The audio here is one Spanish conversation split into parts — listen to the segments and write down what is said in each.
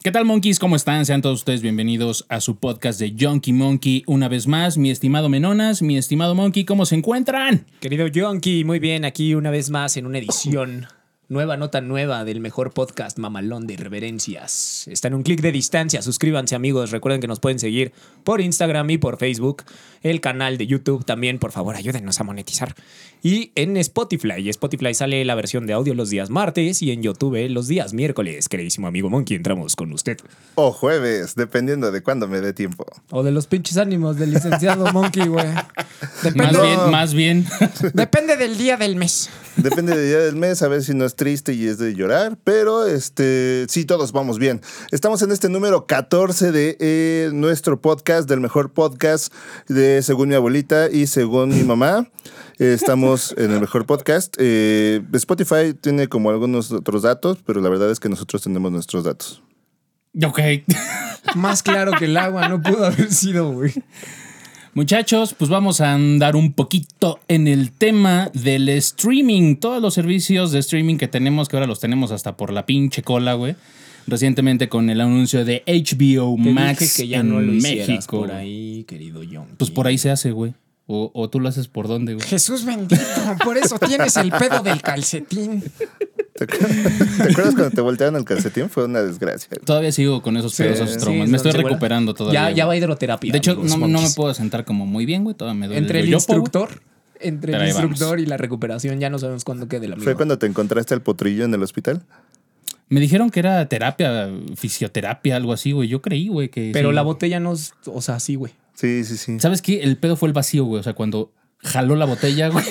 ¿Qué tal, monkeys? ¿Cómo están? Sean todos ustedes bienvenidos a su podcast de Junkie Monkey. Una vez más, mi estimado Menonas, mi estimado Monkey, ¿cómo se encuentran? Querido Yonki, muy bien, aquí una vez más en una edición nueva, nota nueva del mejor podcast mamalón de reverencias. Están un clic de distancia, suscríbanse amigos, recuerden que nos pueden seguir por Instagram y por Facebook, el canal de YouTube también, por favor, ayúdennos a monetizar. Y en Spotify, Spotify sale la versión de audio los días martes y en YouTube los días miércoles. Queridísimo amigo Monkey, entramos con usted. O jueves, dependiendo de cuándo me dé tiempo. O de los pinches ánimos del licenciado Monkey, güey. Más Depende, No. bien, más bien. depende del día del mes. Depende del día del mes, a ver si no es triste y es de llorar, pero este sí, todos vamos bien. Estamos en este número 14 de eh, nuestro podcast, del mejor podcast de según mi abuelita y según mi mamá. Eh, Estamos en el mejor podcast. Eh, Spotify tiene como algunos otros datos, pero la verdad es que nosotros tenemos nuestros datos. Ok. Más claro que el agua no pudo haber sido, güey. Muchachos, pues vamos a andar un poquito en el tema del streaming. Todos los servicios de streaming que tenemos, que ahora los tenemos hasta por la pinche cola, güey. Recientemente con el anuncio de HBO Te Max dije que ya en no lo hicieras México. por ahí, querido John. Pues por ahí se hace, güey. O, o tú lo haces por dónde, güey. Jesús bendito, por eso tienes el pedo del calcetín. ¿Te acuerdas, ¿te acuerdas cuando te voltearon el calcetín? Fue una desgracia. Todavía sigo con esos poderosos traumas. me estoy recuperando todavía. Ya, ya va güey. a hidroterapia. De hecho, amigos no, no me monkeys. puedo sentar como muy bien, güey. Todavía me duele. Entre el el yoyopo, güey. instructor, entre Pero el ahí vamos. instructor y la recuperación, ya no sabemos cuándo quede la ¿Fue misma. cuando te encontraste al potrillo en el hospital? Me dijeron que era terapia, fisioterapia, algo así, güey. Yo creí, güey, que. Pero sí. la botella no. es- O sea, sí, güey. Sí, sí, sí. ¿Sabes qué? El pedo fue el vacío, güey. O sea, cuando jaló la botella, güey.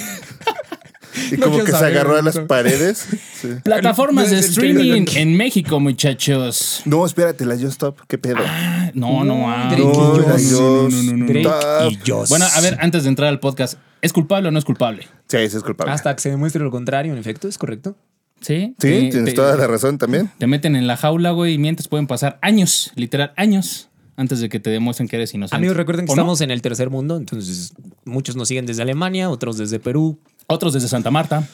Y No como quiero que saber, se agarró a las Ernesto. paredes. Sí. Plataformas de Desde el querido streaming Yankee. en México, muchachos. No, espérate, la Just Stop, qué pedo. Ah, No, no, ah, Drake y no, Josh. no, no, la no, Just no, no, no. Drake Stop. y Joss. Bueno, a ver, antes de entrar al podcast, ¿es culpable o no es culpable? Sí, sí es culpable. Hasta que se demuestre lo contrario, en efecto, es correcto. Sí. Sí, Te- tienes te- toda la razón también. Te meten en la jaula, güey, y mientras pueden pasar años, literal años, antes de que te demuestren que eres inocente. Amigos, recuerden que ¿O no? estamos en el tercer mundo, entonces muchos nos siguen desde Alemania, otros desde Perú. Otros desde Santa Marta.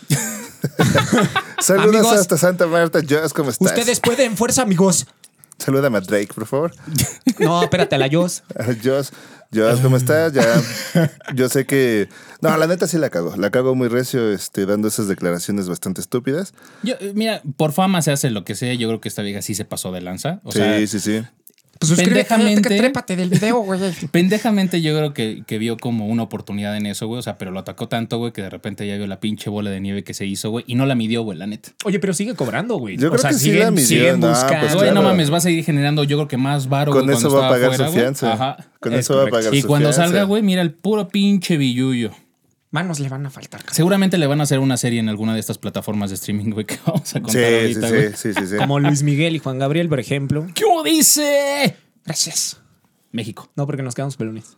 Saludos Amigos. hasta Santa Marta, Just, ¿cómo estás? Ustedes pueden, fuerza, amigos. Salúdame a Drake, por favor. No, espérate, a la Jos. A Just, Just, ¿cómo estás? Ya, yo sé que... No, la neta sí la cago. La cago muy recio, este, dando esas declaraciones bastante estúpidas. Yo, eh, mira, por fama se hace lo que sea. Yo creo que esta vieja sí se pasó de lanza. O sí, sea, sí, sí. Pues suscríbete, Pendejamente. trépate del video, güey. pendejamente yo creo que, que vio como una oportunidad en eso, güey. O sea, pero lo atacó tanto, güey, que de repente ya vio la pinche bola de nieve que se hizo, güey. Y no la midió, güey, la neta. Oye, pero sigue cobrando, güey. Yo o creo sea, que sí siguen, la midió, siguen no, buscando. pues, Güey, no claro. mames, va a seguir generando yo creo que más varo, Con güey, eso cuando va a estaba pagar afuera, su güey. fianza. Ajá. Con Es eso va a correcto. pagar Y su cuando fianza. salga, güey, mira el puro pinche billullo. Manos le van a faltar. Seguramente le van a hacer una serie en alguna de estas plataformas de streaming, güey, que vamos a Sí, contar sí, ahorita, güey. sí, sí, sí, sí. Como Luis Miguel y Juan Gabriel, por ejemplo. ¿Qué hubo dice? Gracias. México. No, porque nos quedamos pelones.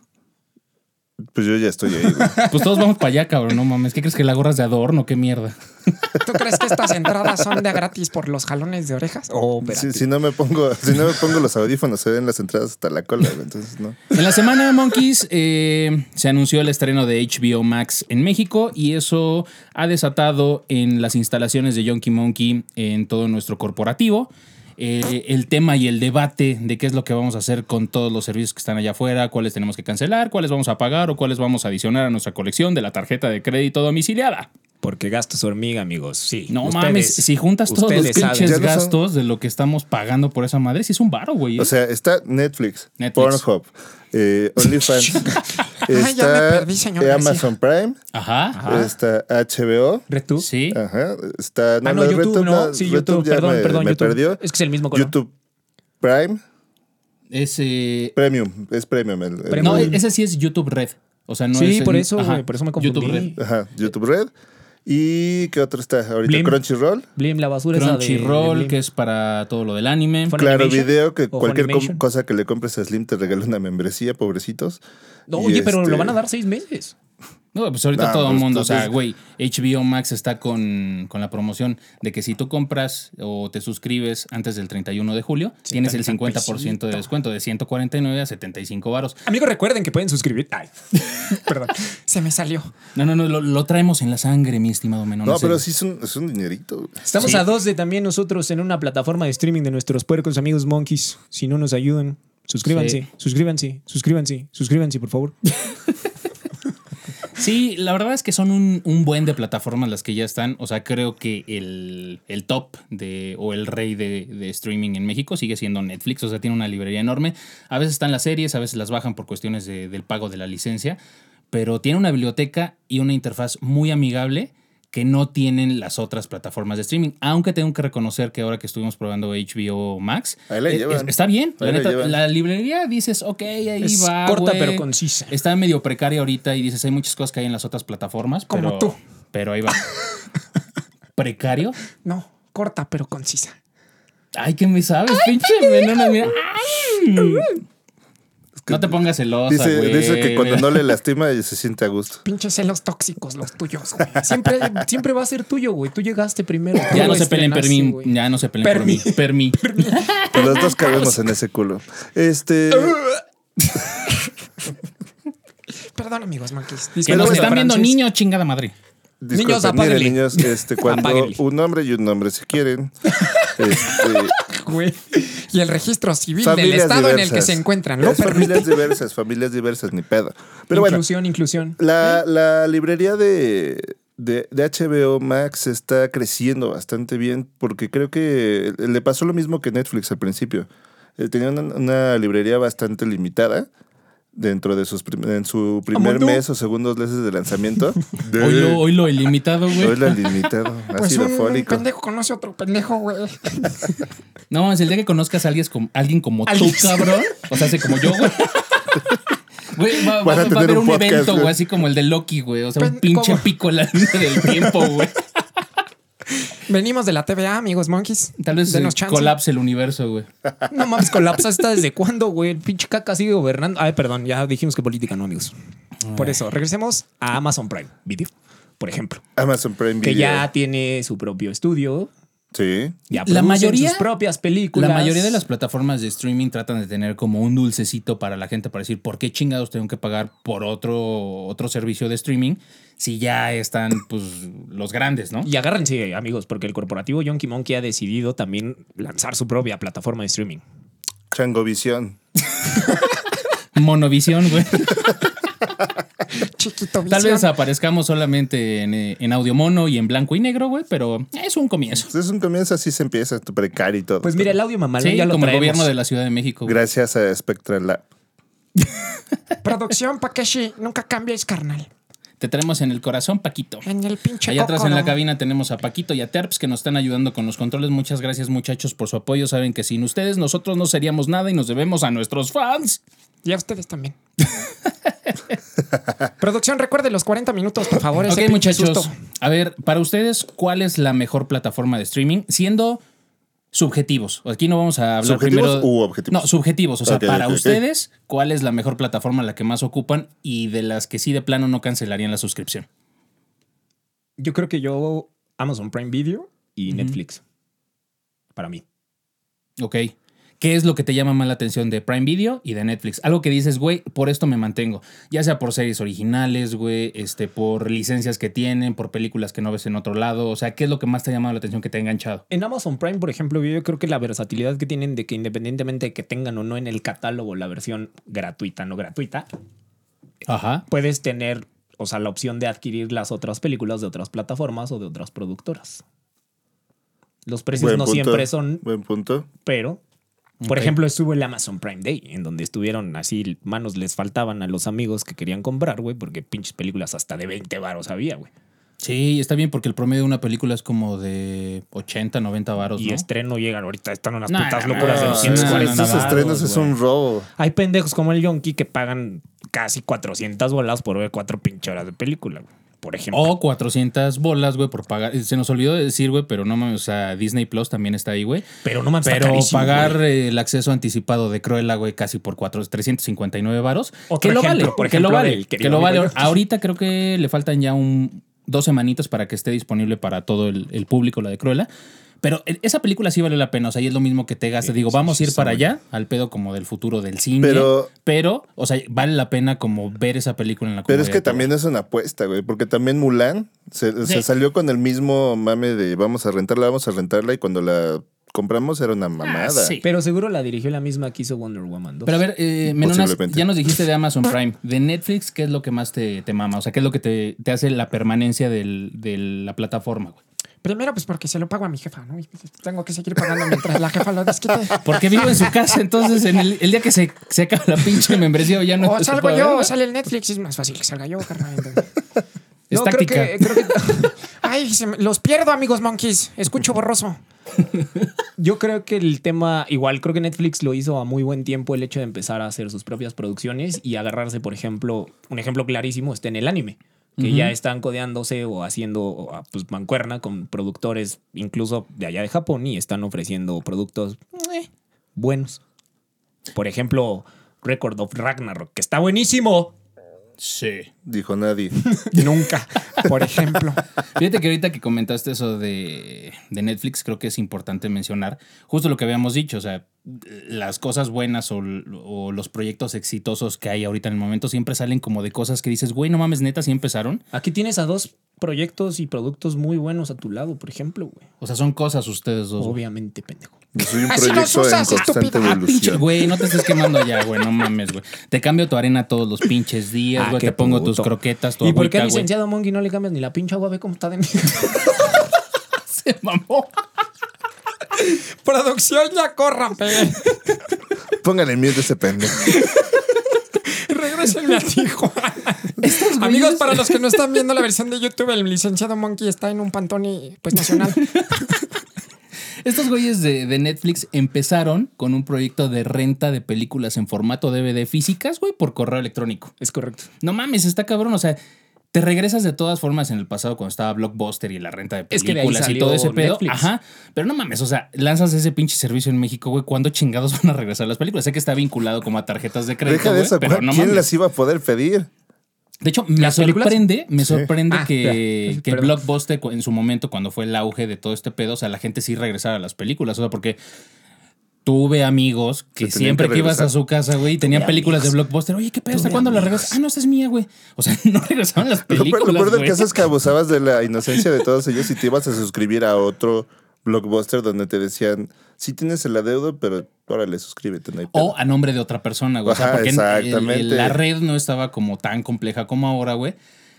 Pues yo ya estoy ahí, güey. Pues todos vamos para allá, cabrón. No mames. ¿Qué crees que la gorra es de adorno? ¿Qué mierda? ¿Tú crees que estas entradas son de gratis por los jalones de orejas? Oh, Si, espérate. si no me pongo, si no me pongo los audífonos, se ven las entradas hasta la cola, güey. Entonces, no. En la semana, Monkeys, eh, se anunció el estreno de HBO Max en México y eso ha desatado en las instalaciones de Yonky Monkey en todo nuestro corporativo. eh, el tema y el debate de qué es lo que vamos a hacer con todos los servicios que están allá afuera, cuáles tenemos que cancelar, cuáles vamos a pagar o cuáles vamos a adicionar a nuestra colección de la tarjeta de crédito domiciliada. Porque gastos hormiga, amigos. Sí. No ustedes- mames, si juntas todos los ustedes saben. pinches Ya no son- gastos de lo que estamos pagando por esa madre, si es un varo, güey. ¿eh? O sea, está Netflix, Netflix. Pornhub, eh, OnlyFans, Ay, ya me está perdí, señor eh, García. Amazon Prime, Ajá. está HBO. ¿Retu? Sí. Ajá, está Ah, no, la YouTube, no. la Sí, YouTube. RedTube ya Perdón, me- perdón, me YouTube. perdió. Es que es el mismo color. YouTube Prime, Ese. Premium, es Premium. el- el- No, Premium. ese sí es YouTube Red. O sea, no Sí, es por en- eso, Ajá, güey, por eso me confundí. YouTube Red. Ajá, YouTube Red ¿Y qué otro está ahorita? Blim. Crunchyroll. Blim, la basura esa de- de Crunchyroll, Blim. que es para todo lo del anime. Fun- Claro, Funimation video que o cualquier com- Funimation. cosa que le compres a Slim te regala una membresía, pobrecitos. No, Y oye, pero este- lo van a dar seis meses. No, pues ahorita Ah, todo el pues, mundo, o sea, entonces- güey, HBO Max está con, con la promoción de que si tú compras o te suscribes antes del 31 de julio, tienes el 50% de descuento de 149 a 75 varos. Amigos, recuerden que pueden suscribir. Ay, perdón. Se me salió. No, no, no, lo, lo traemos en la sangre, mi estimado menor. No, es pero el- sí es un, es un dinerito. Estamos a dos de también nosotros en una plataforma de streaming de nuestros puercos amigos monkeys. Si no nos ayudan, suscríbanse, Sí. suscríbanse, suscríbanse, suscríbanse, por favor. Sí, la verdad es que son un, un buen de plataformas las que ya están. O sea, creo que el, el top de, o el rey de, de streaming en México sigue siendo Netflix. O sea, tiene una librería enorme. A veces están las series, a veces las bajan por cuestiones de- del pago de la licencia. Pero tiene una biblioteca y una interfaz muy amigable que no tienen las otras plataformas de streaming. Aunque tengo que reconocer que ahora que estuvimos probando HBO Max, Ahí la eh, llevan. está bien. La, Ahí la neta, llevan. la librería dices, ok, ahí Es va. corta güey. pero concisa. Está medio precaria ahorita y dices, hay muchas cosas que hay en las otras plataformas. Como pero, tú. Pero ahí va. ¿Precario? No, corta pero concisa. Ay, que me sabes, pinche menona, mira. Ay. No te pongas celosa, Dice, güey. dice que cuando no le lastima eh, se siente a gusto. Pinches celos tóxicos los tuyos, güey. Siempre, siempre va a ser tuyo, güey. Tú llegaste primero. Ya Tú no se peleen por estrenaste, mí. güey. Ya no se peleen Este, Permi. por mí. Permi. Pues los dos cabemos en ese culo. Este. Perdón, amigos monkeys. Que nos bueno, están viendo niños niños, chingada madre. Disculpen, Niños, miren, apáguenle. niños, este, cuando Apáguenle. un hombre y un hombre se quieren, este, güey. Y el registro civil familias diversas. ¿no? Es familias diversas, familias diversas, ni pedo. Pero bueno, inclusión, inclusión. la, la librería de, de, de HBO Max está creciendo bastante bien porque creo que le pasó lo mismo que Netflix al principio. Eh, Tenía una, una librería bastante limitada dentro de sus prim- en su primer Amandú. mes o segundos meses de lanzamiento. De- Hoy lo, hoy lo ilimitado, güey. Hoy la limitado, ácido fólico. Pues conoce a otro pendejo, güey. No, es el día que conozcas a alguien como, alguien como tú, Alguien. cabrón. O sea, hace como yo, güey. Güey, va, Vas va- a va a tener haber un un, podcast, evento, güey. güey, así como el de Loki, güey. O sea, un Pen- pinche ¿cómo? pico en la línea del tiempo, güey. Venimos de la TVA, amigos monkeys. Tal vez Denos eh, chance. colapse el universo, güey. No mames, colapsa está desde cuándo, güey. El pinche caca sigue gobernando. Ay, perdón, ya dijimos que política no, amigos. Por eso, regresemos a Amazon Prime Video, por ejemplo, Amazon Prime que Video. ya tiene su propio estudio. Sí. Ya La producen mayoría- sus propias películas. La mayoría de las plataformas de streaming tratan de tener como un dulcecito para la gente para decir por qué chingados tengo que pagar por otro, otro servicio de streaming si ya están, pues, los grandes, ¿no? Y agárrense, amigos, porque el corporativo Yonky Monkey ha decidido también lanzar su propia plataforma de streaming. Changovisión. Monovisión, güey. Chiquito, Tal vez aparezcamos solamente en, eh, en audio mono y en blanco y negro, güey, pero es un comienzo. Pues, Es un comienzo, así se empieza tu precario y todo. Pues mira, el audio mamalón Sí, ya lo como el traemos. gobierno de la Ciudad de México. güey. Gracias a Spectral Lab. Producción Pakeshi, nunca cambies, carnal. Te tenemos en el corazón, Paquito. En el pinche Allá atrás en cócoro. la cabina tenemos a Paquito y a Terps que nos están ayudando con los controles. Muchas gracias, muchachos, por su apoyo. Saben que sin ustedes nosotros no seríamos nada y nos debemos a nuestros fans. Y a ustedes también. Producción, recuerde los 40 minutos, por favor. ese Ok, pinche muchachos. susto. A ver, para ustedes, ¿cuál es la mejor plataforma de streaming? Siendo subjetivos. Aquí no vamos a hablar ¿Subjetivos primero. u objetivos? No, subjetivos. O sea, Ok, para ok, ok. ustedes, ¿cuál es la mejor plataforma la que más ocupan y de las que sí de plano no cancelarían la suscripción? Yo creo que yo Amazon Prime Video y Netflix. Para mí. Ok. ¿Qué es lo que te llama más la atención de Prime Video y de Netflix? Algo que dices, güey, por esto me mantengo. Ya sea por series originales, güey, este, por licencias que tienen, por películas que no ves en otro lado. O sea, ¿qué es lo que más te ha llamado la atención que te ha enganchado? En Amazon Prime, por ejemplo, yo creo que la versatilidad que tienen de que independientemente de que tengan o no en el catálogo la versión gratuita, no gratuita, Ajá. puedes tener, o sea, la opción de adquirir las otras películas de otras plataformas o de otras productoras. Los precios Buen no punto. siempre son, Buen punto. pero... Por Ok. ejemplo, estuvo el Amazon Prime Day, en donde estuvieron así, manos les faltaban a los amigos que querían comprar, güey, porque pinches películas hasta de 20 varos había, güey. Sí, está bien porque el promedio de una película es como de 80, 90 varos, y ¿no? estreno llegan ahorita, están unas No, putas no, locuras de no, Ah, los es que 240 140 estos varos, estrenos es güey. un robo. Hay pendejos como el Yonki que pagan casi 400 bolas por ver cuatro pinche horas de película. güey. por ejemplo. O 400 bolas, güey, por pagar. Se nos olvidó de decir, güey, pero no mames, o sea, Disney Plus también está ahí, güey. Pero no mames, está Pero carísimo, pagar güey. eh, el acceso anticipado de Cruella, güey, casi por 4, 359 varos. Otro Que lo ejemplo, vale, por que lo ejemplo, vale, del que querido lo vale. amigo Jorge. Ahorita creo que le faltan ya un dos semanitas para que esté disponible para todo el, el público la de Cruella. Pero e- esa película sí vale la pena, o sea, y es lo mismo que te gastas. Digo, vamos a ir para allá, al pedo como del futuro del cine. Pero, Pero- o sea, vale la pena como ver esa película en la Pero es que comodidad de tu también es una apuesta, güey, porque también Mulan se, se Sí. salió con el mismo mame de vamos a rentarla, vamos a rentarla, y cuando la compramos era una mamada. sí. Pero seguro la dirigió la misma que hizo Wonder Woman 2. Pero a ver, eh, Menonas, Posiblemente. ya nos dijiste de Amazon Prime, de Netflix, ¿qué es lo que más te, te mama? O sea, ¿qué es lo que te, te hace la permanencia del- de la plataforma, güey? Primero, pues porque se lo pago a mi jefa, ¿no? Y pues, tengo que seguir pagando mientras la jefa lo desquite. Porque vivo en su casa, entonces en el, el día que se, se acaba la pinche membresía ya no O se salgo puede yo, ver. o sale el Netflix, es más fácil que salga yo, carnal. entonces. Es No, creo táctica. que- creo que- Ay, se me- los pierdo, amigos monkeys. Escucho borroso. Yo creo que el tema, igual creo que Netflix lo hizo a muy buen tiempo el hecho de empezar a hacer sus propias producciones y agarrarse, por ejemplo, un ejemplo clarísimo está en el anime, que ya están codeándose o haciendo o, ah, pues, mancuerna con productores incluso de allá de Japón y están ofreciendo productos eh, buenos. Por ejemplo, Record of Ragnarok, que está buenísimo. Sí. Dijo nadie. Nunca, por ejemplo. Fíjate que ahorita que comentaste eso de, de Netflix, creo que es importante mencionar justo lo que habíamos dicho, o sea, las cosas buenas o, o los proyectos exitosos que hay ahorita en el momento siempre salen como de cosas que dices, güey, no mames, neta, sí empezaron. Aquí tienes a dos proyectos y productos muy buenos a tu lado, por ejemplo, güey. O sea, son cosas ustedes dos. güey. Obviamente, pendejo. Yo soy un Así proyecto los usas, en constante estúpida. Pinche, evolución. güey, no te estés quemando ya, güey, no mames, güey. Te cambio tu arena todos los pinches días, Ah, güey, qué te pongo puto. tus croquetas, tu ¿Y por qué al agüita, güey. licenciado Monkey no le cambias ni la pincha agua? Ve cómo está de Se mamó. Producción, ya corran, pe. Póngale miedo a ese pendejo. Regrésenme a Tijuana. Amigos, para los que no están viendo la versión de YouTube, el licenciado Monkey está en un pantone pues, nacional. Estos güeyes de, de Netflix empezaron con un proyecto de renta de películas en formato DVD físicas, güey, por correo electrónico. Es correcto. No mames, está cabrón, o sea, te regresas de todas formas en el pasado cuando estaba Blockbuster y la renta de Es que de ahí películas y todo salió ese pedo. Netflix. Ajá, pero no mames, o sea, lanzas ese pinche servicio en México, güey, ¿cuándo chingados van a regresar las películas? Sé que está vinculado como a tarjetas de crédito, Deja de güey, eso. pero no ¿Quién mames. las iba a poder pedir? De hecho, me ¿Las películas? sorprende, me sorprende Ah, que, ya. que Perdón. Blockbuster cu- en su momento, cuando fue el auge de todo este pedo, o sea, la gente sí regresara a las películas, o sea, porque tuve amigos que Se tenían siempre que que, ibas a regresar. su casa, güey, y tenían películas de Blockbuster, oye, ¿qué pedo? ¿Hasta cuándo la regresas? Ah, no, esta es mía, güey. O sea, no regresaban las Lo películas, peor, lo peor del güey. caso es que abusabas de la inocencia de todos ellos y te ibas a suscribir a otro blockbuster donde te decían, sí tienes el adeudo, pero órale, suscríbete, no hay pedo". O a nombre de otra persona, güey. O sea, Ajá, porque en- el- exactamente. el- la red no estaba como tan compleja como ahora, güey.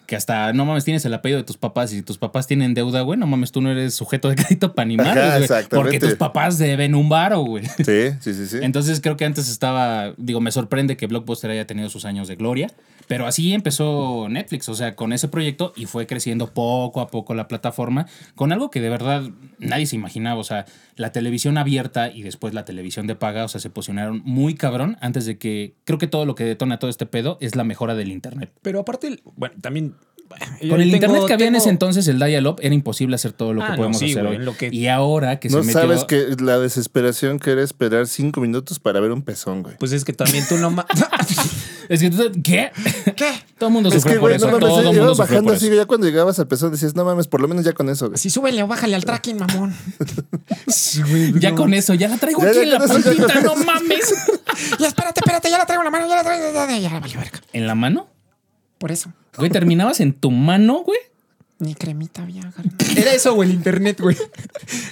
Que hasta, no mames, tienes el apellido de tus papás y tus papás tienen deuda, güey. No mames, tú no eres sujeto de crédito para animar, Ajá, güey. Porque exactamente. tus papás deben un varo, güey. Sí, sí, sí, sí. Entonces creo que antes estaba, digo, me sorprende que Blockbuster haya tenido sus años de gloria, pero así empezó Netflix, o sea, con ese proyecto y fue creciendo poco a poco la plataforma, con algo que de verdad nadie se imaginaba, o sea, la televisión abierta y después la televisión de paga, o sea, se posicionaron muy cabrón antes de que, creo que todo lo que detona todo este pedo es la mejora del Internet. Pero aparte, el- bueno, también. eh, Con el Internet que había en ese entonces, el dial-up, era imposible hacer todo lo Ah, que no, podemos sí, hacer güey, hoy. lo que- Y ahora que no se metió... sabes que la desesperación que era esperar cinco minutos para ver un pezón, güey. Pues es que también tú no. ma- Es que, tú- ¿qué? ¿Qué? Todo el mundo es sufrió que, por güey, eso. no mames, eh, todo el mundo ibas sufrió bajando por así, eso. ya cuando llegabas al pezón decías, no mames, por lo menos ya con eso, güey. Si súbele o bájale al tracking, mamón. Ya con eso, ya la traigo Ya, aquí ya en la con eso, ya pancita, con no mames. Y espérate, espérate, ya la traigo en la mano, ya la traigo. Ya, ya, ya, vale, verga. ¿En la mano? Por eso, Güey, terminabas en tu mano, güey. ni cremita había, carnal. Era eso o el Internet, güey.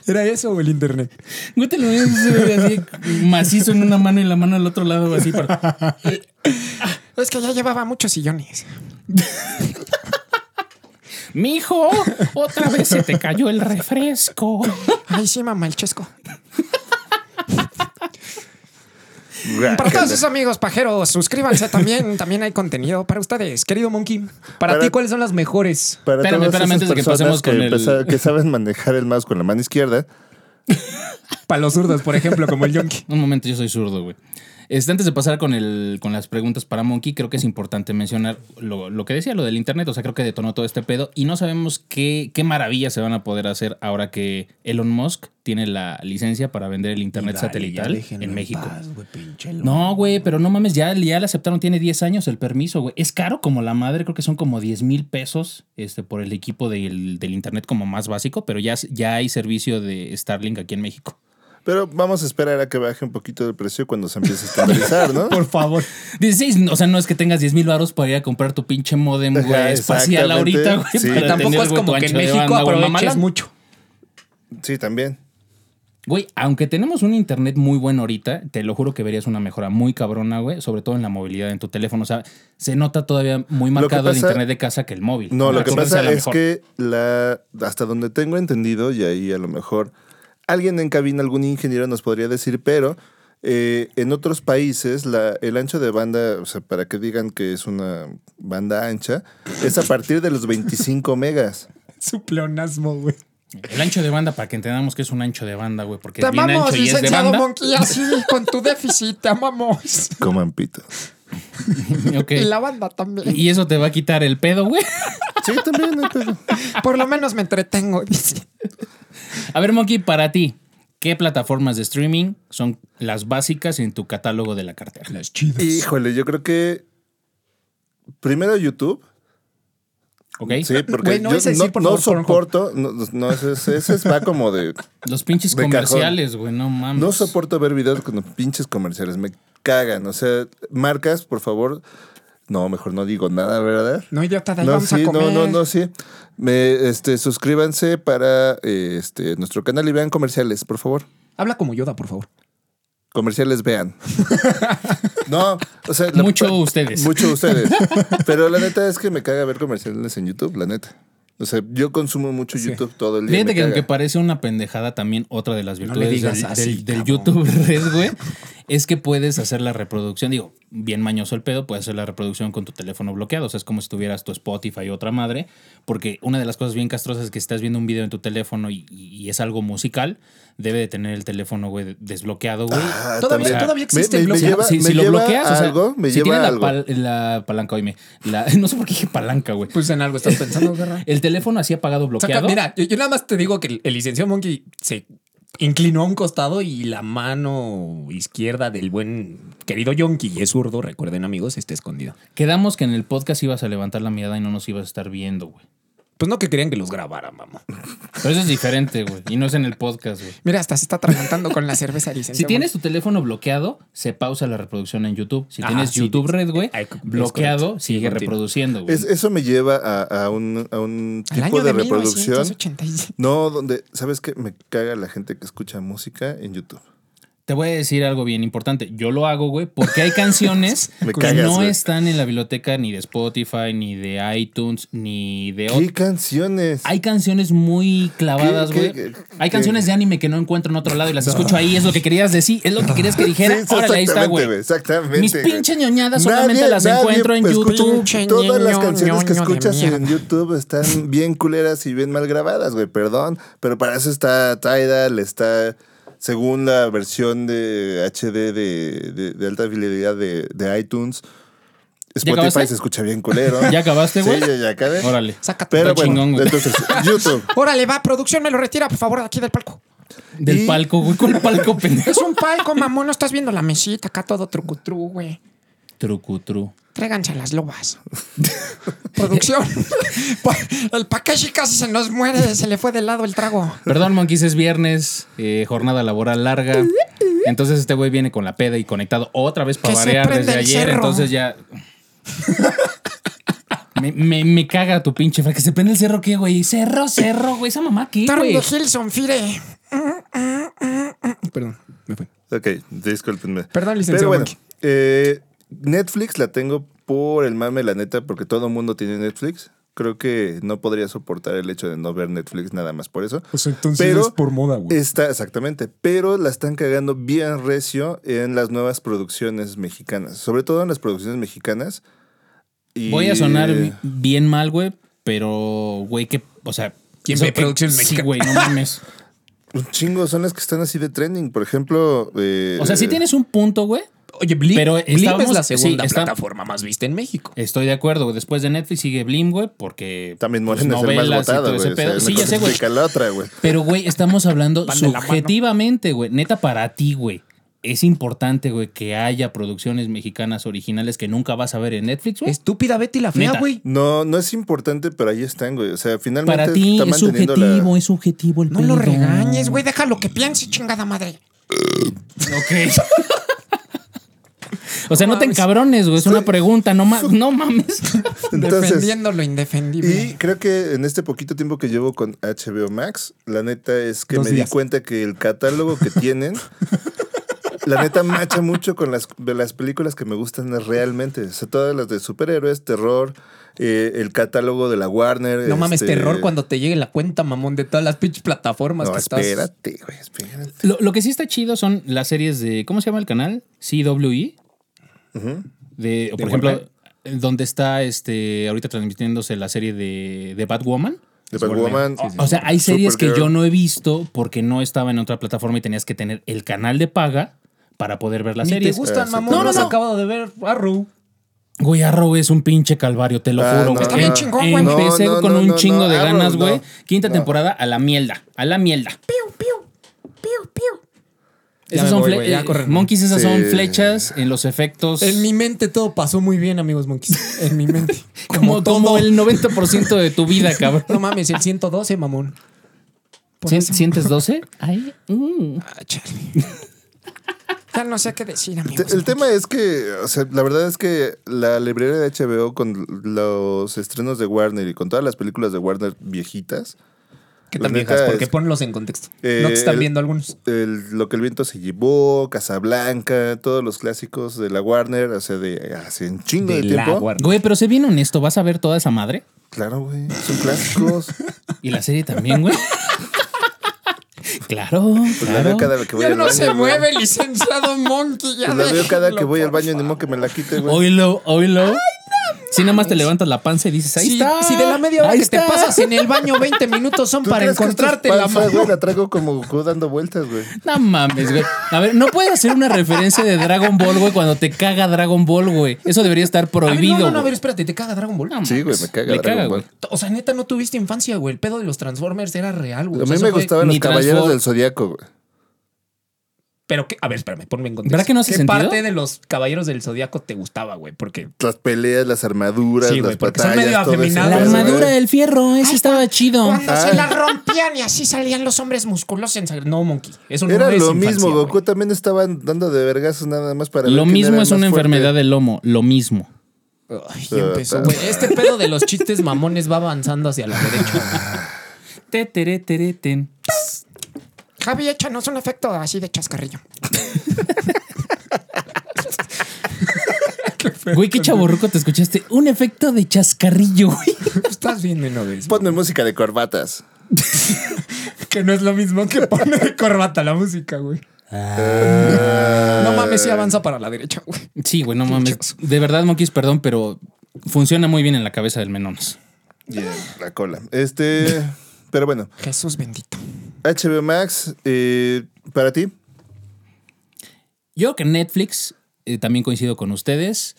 Era eso o el Internet. Güey, te lo ves así macizo en una mano y la mano al otro lado, así. para- Es que ya llevaba muchos sillones. Mijo, otra vez se te cayó el refresco. Ay, sí, mamá, el chesco. Guácala. Para todos sus amigos pajeros, suscríbanse también. También hay contenido para ustedes, querido Monkey. Para, Para- ti, ¿cuáles son las mejores? Para Espérame, todas espérame, esas antes de que personas pasemos que, con el- empeza- que saben manejar el mouse con la mano izquierda, Para los zurdos, por ejemplo, como el Yonki. Un momento, yo soy zurdo, güey. Este, antes de pasar con, el, con las preguntas para Monkey, creo que es importante mencionar lo, lo que decía, lo del Internet. O sea, creo que detonó todo este pedo y no sabemos qué, qué maravillas se van a poder hacer ahora que Elon Musk tiene la licencia para vender el Internet satelital en México. No, güey, pero no mames, ya, ya le aceptaron, tiene 10 años el permiso, güey. Es caro como la madre, creo que son como 10 mil pesos este, por el equipo del, del Internet como más básico, pero ya, ya hay servicio de Starlink aquí en México. Pero vamos a esperar a que baje un poquito el precio cuando se empiece a estandarizar, ¿no? Por favor. 16, o sea, no es que tengas 10 mil baros para ir a comprar tu pinche modem, güey, Ajá, espacial exactamente. ahorita, güey. Sí. para Que Tampoco tener, es güey, tu como que en ancho de México banda, güey, aproveches mamalón. mucho. Sí, también. Güey, aunque tenemos un internet muy bueno ahorita, te lo juro que verías una mejora muy cabrona, güey, sobre todo en la movilidad en tu teléfono. O sea, se nota todavía muy que marcado el pasa- internet de casa que el móvil. No, lo La que competencia pasa la es mejor. que la, hasta donde tengo entendido, y ahí a lo mejor alguien en cabina, algún ingeniero nos podría decir, pero eh, en otros países la, el ancho de banda, o sea, para que digan que es una banda ancha, es a partir de los 25 megas. Su pleonasmo, güey. El ancho de banda, para que entendamos que es un ancho de banda, güey, porque Te es bien amamos, ancho y es de licenciado banda. Monkey, así, con tu déficit, te amamos. Coman pito. Ok. Y la banda también. Y eso te va a quitar el pedo, güey. Sí, también. no hay pedo. Por lo menos me entretengo, dice. A ver, Monkey, para ti, ¿qué plataformas de streaming son las básicas en tu catálogo de la cartera? Las chidas. Híjole, yo creo que primero YouTube. ¿Ok? Sí, porque Güey, no yo es decir, no, por no favor, por un co- soporto, no, no, ese, ese es- va como de... Los pinches De cajón. comerciales, güey, no mames. No soporto ver videos con los pinches comerciales, me cagan. O sea, marcas, por favor. No, mejor no digo nada, ¿verdad? No, idiota, de ahí No, vamos sí, a comer. no, no, no, sí. Me, este, suscríbanse para eh, este, nuestro canal y vean comerciales, por favor. Habla como Yoda, por favor. Comerciales vean. no, o sea, la- Mucho ustedes. mucho ustedes. Pero la neta es que me caga ver comerciales en YouTube, la neta. O sea, yo consumo mucho YouTube todo el día. Fíjate me que aunque caga. parece una pendejada también, otra de las le virtudes digas del, así, del- del cabrón. YouTube Red, güey, es que puedes hacer la reproducción. Digo, bien mañoso el pedo, puedes hacer la reproducción con tu teléfono bloqueado. O sea, es como si tuvieras tu Spotify y otra madre. Porque una de las cosas bien castrosas es que si estás viendo un video en tu teléfono y, y- y es algo musical, debe de tener el teléfono, güey, desbloqueado, güey. Ah, Todavía- también. todavía Me- existe me- el me bloqueo. lleva- si, me si lo lleva bloqueas, o sea, algo, me si lleva tiene la, algo. pal- la palanca, oíme, la- no sé por qué dije palanca, güey. Pues en algo estás pensando, ¿verdad? El teléfono así apagado, Saca- bloqueado. mira, yo, yo nada más te digo que el, el licenciado Monkey se inclinó a un costado y la mano izquierda del buen querido Yonki, y es zurdo, recuerden amigos, está escondida. Quedamos que en el podcast ibas a levantar la mirada y no nos ibas a estar viendo, güey. Pues no que querían que los grabara, mamá. Pero eso es diferente, güey. Y no es en el podcast, güey. Mira, hasta se está atragantando con la cerveza, licenciado. Si tienes tu teléfono bloqueado, se pausa la reproducción en YouTube. Si Ah, tienes sí, YouTube sí. Red, güey, Ay, es bloqueado, correcto. sigue Continúa. reproduciendo, güey. Es- eso me lleva a, a un, a un Al tipo año de, de, reproducción. 1987. No, donde, ¿sabes qué? Me caga la gente que escucha música en YouTube. Te voy a decir algo bien importante. Yo lo hago, güey, porque hay canciones Me que cagas, no güey. están en la biblioteca ni de Spotify, ni de iTunes, ni de ¿Qué otro. canciones? Hay canciones muy clavadas, ¿Qué- güey. qué- Hay qué- canciones de anime que no encuentro en otro lado y las escucho ahí. Es lo que querías decir, es lo que querías que dijera. Sí, Órale, ahí está, güey. Exactamente. Mis güey. pinches ñoñadas solamente Nadie- las nadie encuentro en escucha- YouTube. Pinche Todas las ñoño, canciones que ñoño de escuchas en mierda. YouTube están bien culeras y bien mal grabadas, güey, perdón. Pero para eso está Tidal, está según la versión de HD de, de- de alta fidelidad de, de iTunes. acabaste? Spotify se escucha bien culero. ¿Ya acabaste, güey? Sí, ya, ya acabé. Órale. Saca tu Pero Está bueno, chingón, güey. entonces, YouTube. Órale, va, producción, me lo retira, por favor, de aquí del palco. Del Y- palco, güey. ¿Cuál palco, pendejo? Es un palco, mamón, no estás viendo la mesita, acá todo trucutru, güey. Trucutru. Tréganse a las lobas. producción. el Pakeshi casi se nos muere, se le fue de lado el trago. Perdón, monkeys, es viernes, eh, jornada laboral larga. Entonces este güey viene con la peda y conectado otra vez para Que se variar prenda desde el ayer. cerro. Entonces ya. Me, me- me caga tu pinche fra- que se prende el cerro qué, güey. Cerro, cerro, güey. Esa mamá qué, Taron güey. de Hilson, Fire. Perdón, me fue. Ok, discúlpenme. Perdón, licenciado Pero bueno, Monkey. eh, Netflix la tengo por el mame, la neta, porque todo el mundo tiene Netflix. Creo que no podría soportar el hecho de no ver Netflix nada más por eso. Pues entonces es por moda, güey. Está, exactamente. Pero la están cagando bien recio en las nuevas producciones mexicanas. Sobre todo en las producciones mexicanas. Y- Voy a sonar bi- bien mal, güey, pero, güey, que, o sea. ¿Quién eso ve que- producciones Sí, mexicanas? güey, no mames. Un chingo son las que están así de trending. Por ejemplo. eh, O sea, sí tienes un punto, güey. Oye, Blim, Pero Blim es estábamos- la segunda sí, está- plataforma más vista en México. Estoy de acuerdo. Después de Netflix sigue Blim, güey, porque. También pues, Morena es el más novelas y votada, todo ese güey. o sea, pedo. es Sí, ya sé, güey. mejor la otra, güey. Pero, güey, estamos hablando Van de la subjetivamente, güey. Neta, para ti, güey. Es importante, güey, que haya producciones mexicanas originales que nunca vas a ver en Netflix, güey. Estúpida Betty la fea, ¿Eh? Neta. güey. No, no es importante, pero ahí están, güey. O sea, finalmente Para ti está es manteniendo subjetivo, la- es subjetivo el No lo pedo. regañes, güey. Déjalo que piense, chingada madre. Ok. o sea, no te encabrones, güey. Es una pregunta. No, ma- no mames. Entonces, Defendiendo lo indefendible. y creo que en este poquito tiempo que llevo con HBO Max, la neta es que Dos me días. di cuenta que el catálogo que tienen, la neta macha mucho con las, de las películas que me gustan realmente. O sea, todas las de superhéroes, terror, eh, el catálogo de la Warner. No mames, este- terror cuando te llegue la cuenta, mamón, de todas las pinches plataformas No, que estás. espérate, güey, espérate. Lo, lo que sí está chido son las series de. ¿Cómo se llama el canal? CWE. De, o por ejemplo, donde está este ahorita transmitiéndose la serie de, de Batwoman. De Batwoman. O sea, hay series que Supergirl. yo no he visto porque no estaba en otra plataforma y tenías que tener el canal de paga para poder ver las Ni te series. gustan, mamón. No, No, no, has no. acabado de ver Arrow. Güey, Arrow es un pinche calvario, te lo Ah, juro, no, güey. Está bien Em- chingón, güey. Empecé No, no, con no, un no, chingo no, de Arrow, ganas, güey. no. Quinta temporada a la mierda, a la mierda. Piu, piu, piu, piu. Ya Esas me son voy, fle- güey, ya eh, corren. Monkeys, esas Sí. son flechas en los efectos. En mi mente todo pasó muy bien, amigos monkeys. En mi mente. como, todo. como el 90% de tu vida, cabrón. No mames, el 112, mamón. Por ¿Sien- eso- ¿Sientes 12? Ay, mm. Ah, chale. Ya no sé qué decir, Te- pues, amigos. El tema es que, o sea, la verdad es que la librería de HBO con los estrenos de Warner y con todas las películas de Warner viejitas, ¿Qué tan La neta viejas? Porque es- ponlos en contexto. Eh, no te están el- viendo algunos. el- lo que el viento se llevó, Casablanca, todos los clásicos de la Warner, o sea, de hace un chingo de, De la tiempo. Warner. Güey, pero sé bien honesto, ¿vas a ver toda esa madre? Claro, güey, son clásicos. Y la serie también, güey. claro, Pues la claro. veo cada que voy Ya al no baño. se güey. mueve, licenciado monkey. Ya Pues la veo cada déjenlo, que voy al por baño, ni modo que me la quite, Pues, güey. Oilo, oilo. Si nada más te levantas la panza y dices, ahí si, está. si de la media hora ahí que te está". pasas en el baño 20 minutos son ¿Tú para crees que esta encontrarte la panza, mano. güey, la traigo como Goku dando vueltas, güey. No mames, güey. A ver, no puedes hacer una referencia de Dragon Ball, güey, cuando te caga Dragon Ball, güey. Eso debería estar A ver, prohibido. no, no, no, a güey. ver, espérate, ¿te caga Dragon Ball? No mames. Sí, güey, me caga Me Dragon caga, Ball. güey. O sea, neta, no tuviste infancia, güey. El pedo de los Transformers era real, güey. A O sea, mí eso me fue- gustaban los ni caballeros transform- del zodiaco, güey. Pero, que, a ver, espérame, ponme en contexto. ¿Verdad que no hace ¿Qué sentido? parte de los Caballeros del Zodíaco te gustaba, güey? Porque las peleas, las armaduras, Sí, güey, las porque son batallas. medio todo ese afeminados, La pedo, güey. armadura güey. del fierro, eso estaba chido. Cuando Ah. se la rompían y así salían los hombres musculosos en sangre. no, Monkey. Eso no Era es lo infancia, mismo, güey. Goku también estaban dando de vergazos nada más para ver Lo quién mismo era es más una fuerte. enfermedad del lomo, lo mismo. Ay, ya empezó, güey. Este pedo de los chistes mamones va avanzando hacia la derecha. Te, tere, tere, ten. Javi, échanos un efecto así de chascarrillo. Güey, qué chaborruco te escuchaste. Un efecto de chascarrillo, güey. Estás bien, menores. Ponme música de corbatas. Que no es lo mismo que pone de corbata la música, güey. Ah. No mames, si avanza para la derecha, güey. Sí, güey, no mames. De verdad, Monkeys, perdón, pero funciona muy bien en la cabeza del menonas. Y en la cola. Este. Pero bueno, Jesús bendito. HBO Max, eh, para ti. Yo creo que Netflix, eh, también coincido con ustedes.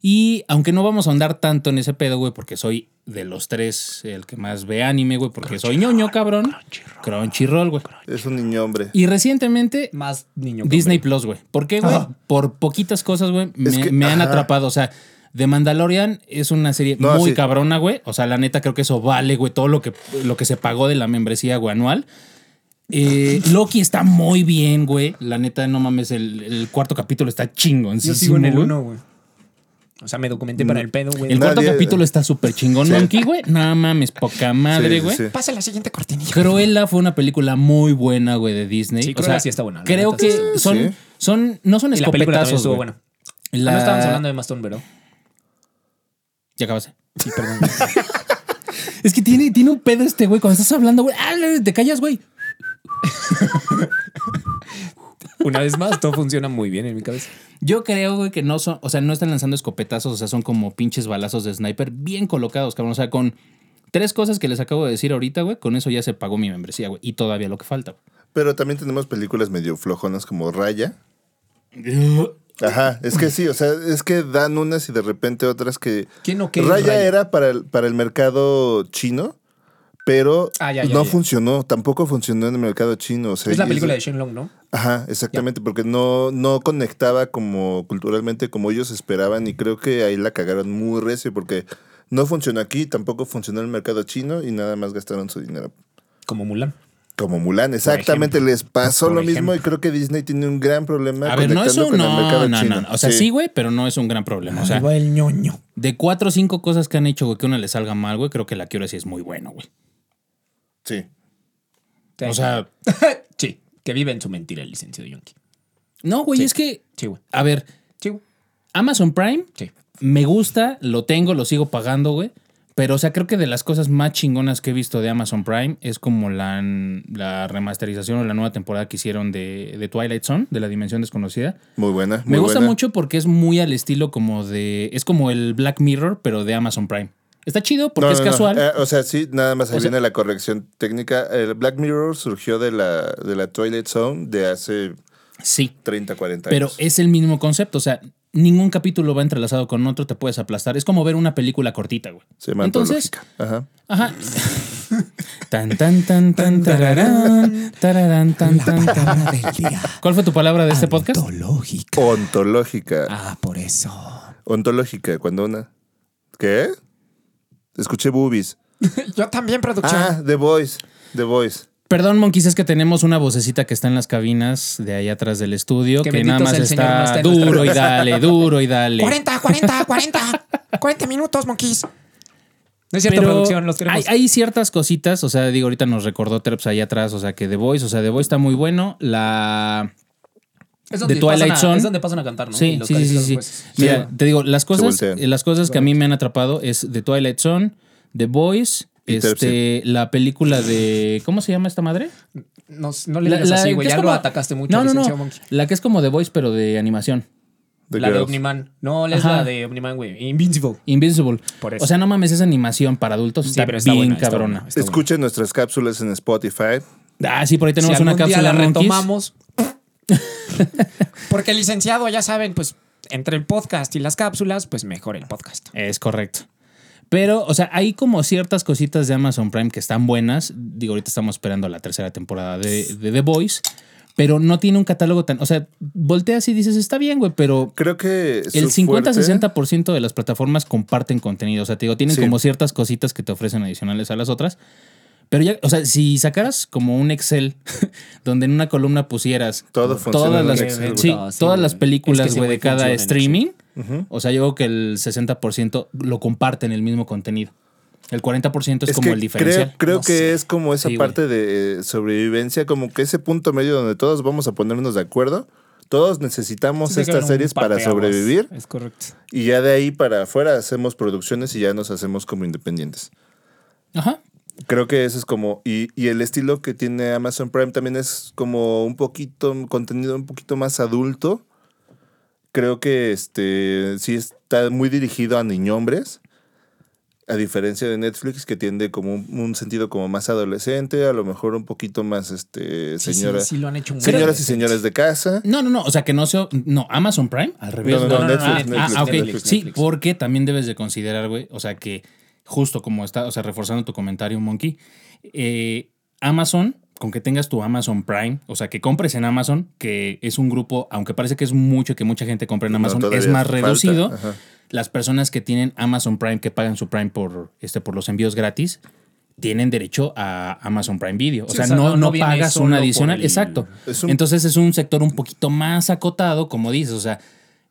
Y aunque no vamos a ahondar tanto en ese pedo, güey, porque soy de los tres el que más ve anime, güey, porque soy ñoño, cabrón. Crunchyroll, güey. Es un niño hombre. Y recientemente Más niño. que Disney hombre. Plus, güey. ¿Por qué, güey? Ajá. Por poquitas cosas, güey, me, Es que- me han ajá. atrapado. O sea, The Mandalorian es una serie No, muy sí. cabrona, güey. O sea, la neta creo que eso vale, güey, todo lo que, lo que se pagó de la membresía, güey, anual. Eh, Loki está muy bien, güey. La neta, no mames, el, el cuarto capítulo está chingón. Yo sigo en el uno, güey. O sea, me documenté para el pedo, güey. El cuarto Nadie- capítulo está súper chingón, Monkey, güey. No mames, poca Sí, madre, güey. sí. Pasa la siguiente cortinilla. Cruella fue una película muy buena, güey, de Disney. Sí, o Cruella sea, sí está buena, la Creo neta, que sí. son, Sí. son, no son Y la película escopetazos, también estuvo güey. buena. La... No estábamos hablando de Maston, ¿verdad? Ya acabaste. Sí, perdón. es que tiene, tiene un pedo este, güey. Cuando estás hablando, güey, ah, te callas, güey. Una vez más, todo funciona muy bien en mi cabeza. Yo creo, güey, que no son, o sea, no están lanzando escopetazos, o sea, son como pinches balazos de sniper bien colocados, cabrón. O sea, con tres cosas que les acabo de decir ahorita, güey, con eso ya se pagó mi membresía, güey. Y todavía lo que falta. Pero también tenemos películas medio flojonas como Raya. Ajá, es que sí, o sea, es que dan unas y de repente otras que... ¿Quién o qué es Raya, Raya? era para el, para el mercado chino, pero Ah, ya, ya, no ya. funcionó, tampoco funcionó en el mercado chino. O sea, Es la y película de Shenlong, ¿no? Ajá, exactamente, porque no, no conectaba como culturalmente como ellos esperaban y creo que ahí la cagaron muy recio porque no funcionó aquí, tampoco funcionó en el mercado chino y nada más gastaron su dinero. Como Mulan. Como Mulan, exactamente, les pasó Por lo mismo ejemplo. y creo que Disney tiene un gran problema. A ver, no es un. conectando Ah, con el No, mercado no, chino. no. O sea, sí, güey, pero no es un gran problema. O sea, Ahí va el ñoño. de cuatro o cinco cosas que han hecho, güey, que una le salga mal, güey, creo que la quiero sí es muy bueno, güey. Sí. O sea, sí, que vive en su mentira el licenciado Yonki. no, güey, Sí. es que. Sí, güey. A ver, Sí, güey. Amazon Prime Sí. me gusta, lo tengo, lo sigo pagando, güey. Pero, o sea, creo que de las cosas más chingonas que he visto de Amazon Prime es como la, la remasterización o la nueva temporada que hicieron de, de Twilight Zone, de la Dimensión Desconocida. Muy buena. Me muy gusta buena. mucho porque es muy al estilo como de. Es como el Black Mirror, pero de Amazon Prime. Está chido porque No, es no, no. casual. Eh, o sea, sí, nada más ahí O sea- viene la corrección técnica. El Black Mirror surgió de la, de la Twilight Zone de hace sí. 30, 40 Pero años. es el mismo concepto. O sea, ningún capítulo va entrelazado con otro, te puedes aplastar. Es como ver una película cortita, güey. Se llama Entonces, antológica. Ajá. ajá. tan, tan, tan, tan, tararán, tararán, tan, La tan, tan. palabra del día. ¿Cuál fue tu palabra de este podcast? Antológica. Ontológica. Ah, por eso. Ontológica, cuando una. ¿Qué? Escuché boobies. Yo también, producción. Ah, The Voice. The Voice. Perdón, Monquis, es que tenemos una vocecita que está en las cabinas de ahí atrás del estudio, Que que, bendito nada más sea el señor, no está, está en nuestra duro y cabeza. dale, duro y dale. 40, 40, 40. 40 minutos, monkeys. No es cierto, Pero producción, los queremos. Hay, hay ciertas cositas, o sea, digo, ahorita nos recordó Terps ahí atrás, o sea, que The Voice, o sea, The Voice está muy bueno. La. es de Twilight pasan a, Zone. Es donde pasan a cantar, ¿no? Y Sí, los sí, sí, sí, califican sí. los jueces. Mira, te digo, las cosas, voltean. eh, las cosas que a mí me han atrapado es The Twilight Zone, The Voice, Y este, la película de. ¿Cómo se llama esta madre? No, no le digas La- la así, que güey. es Ya como- lo atacaste mucho, No, no, licenciado no. Monkey. La que es como The Voice, pero de animación. The la de Girls. Omniman. No, es Ajá. la de Omniman, güey. Invincible. Invincible. Por eso. O sea, no mames, esa animación para adultos está, pero está bien buena, está cabrona. buena. Escuchen nuestras cápsulas en Spotify. Ah, sí, por ahí tenemos si una algún día cápsula la Monkeys. retomamos, Porque el licenciado, ya saben, pues entre el podcast y las cápsulas, pues mejor el podcast. Es correcto. Pero, o sea, hay como ciertas cositas de Amazon Prime que están buenas. Digo, ahorita estamos esperando la tercera temporada de, de The Voice, pero no tiene un catálogo tan. O sea, volteas y dices, está bien, güey, pero Creo que. su el fuerte- 50-60% de las plataformas comparten contenido. O sea, te digo, tienen Sí. como ciertas cositas que te ofrecen adicionales a las otras. Pero ya, o sea, si sacaras como un Excel donde en una columna pusieras Todo funciona todas en las, un Excel, güey. sí, Ah, sí, todas güey. las Es películas, que sí, güey, güey, de cada funciona en streaming, o sea, yo creo que el 60% lo comparten el mismo contenido. El 40% es, como que el diferencial. Creo, creo No que sé. es como esa Sí, güey. parte de eh, sobrevivencia, como que ese punto medio donde todos vamos a ponernos de acuerdo. Todos necesitamos tiene que haber estas un series para parteaguas. sobrevivir Es correcto. y ya de ahí para afuera hacemos producciones y ya nos hacemos como independientes. Ajá. Creo que ese es como. Y, y el estilo que tiene Amazon Prime también es como un poquito, un contenido un poquito más adulto. Creo que este sí está muy dirigido a niñombres. A diferencia de Netflix, que tiende como un, un sentido como más adolescente, a lo mejor un poquito más este Sí, señora, sí, sí lo han hecho muy señoras y bien. señores de casa. No, no, no. O sea, que no sea. No, Amazon Prime, al revés. No, no, no, Netflix, ah, Netflix, ah, ah, ok. Netflix, sí, Netflix. porque también debes de considerar, güey. O sea, que justo como está, o sea, reforzando tu comentario, Monkey, eh, Amazon, con que tengas tu Amazon Prime, o sea, que compres en Amazon, que es un grupo, aunque parece que es mucho que mucha gente compra en No, Amazon, es todavía más falta, reducido. ajá. Las personas que tienen Amazon Prime, que pagan su Prime por, este, por los envíos gratis, tienen derecho a Amazon Prime Video. O Sí, sea, no, no, viene pagas solo un por adicional. el- Exacto. Es un- Entonces es un sector un poquito más acotado, como dices. O sea,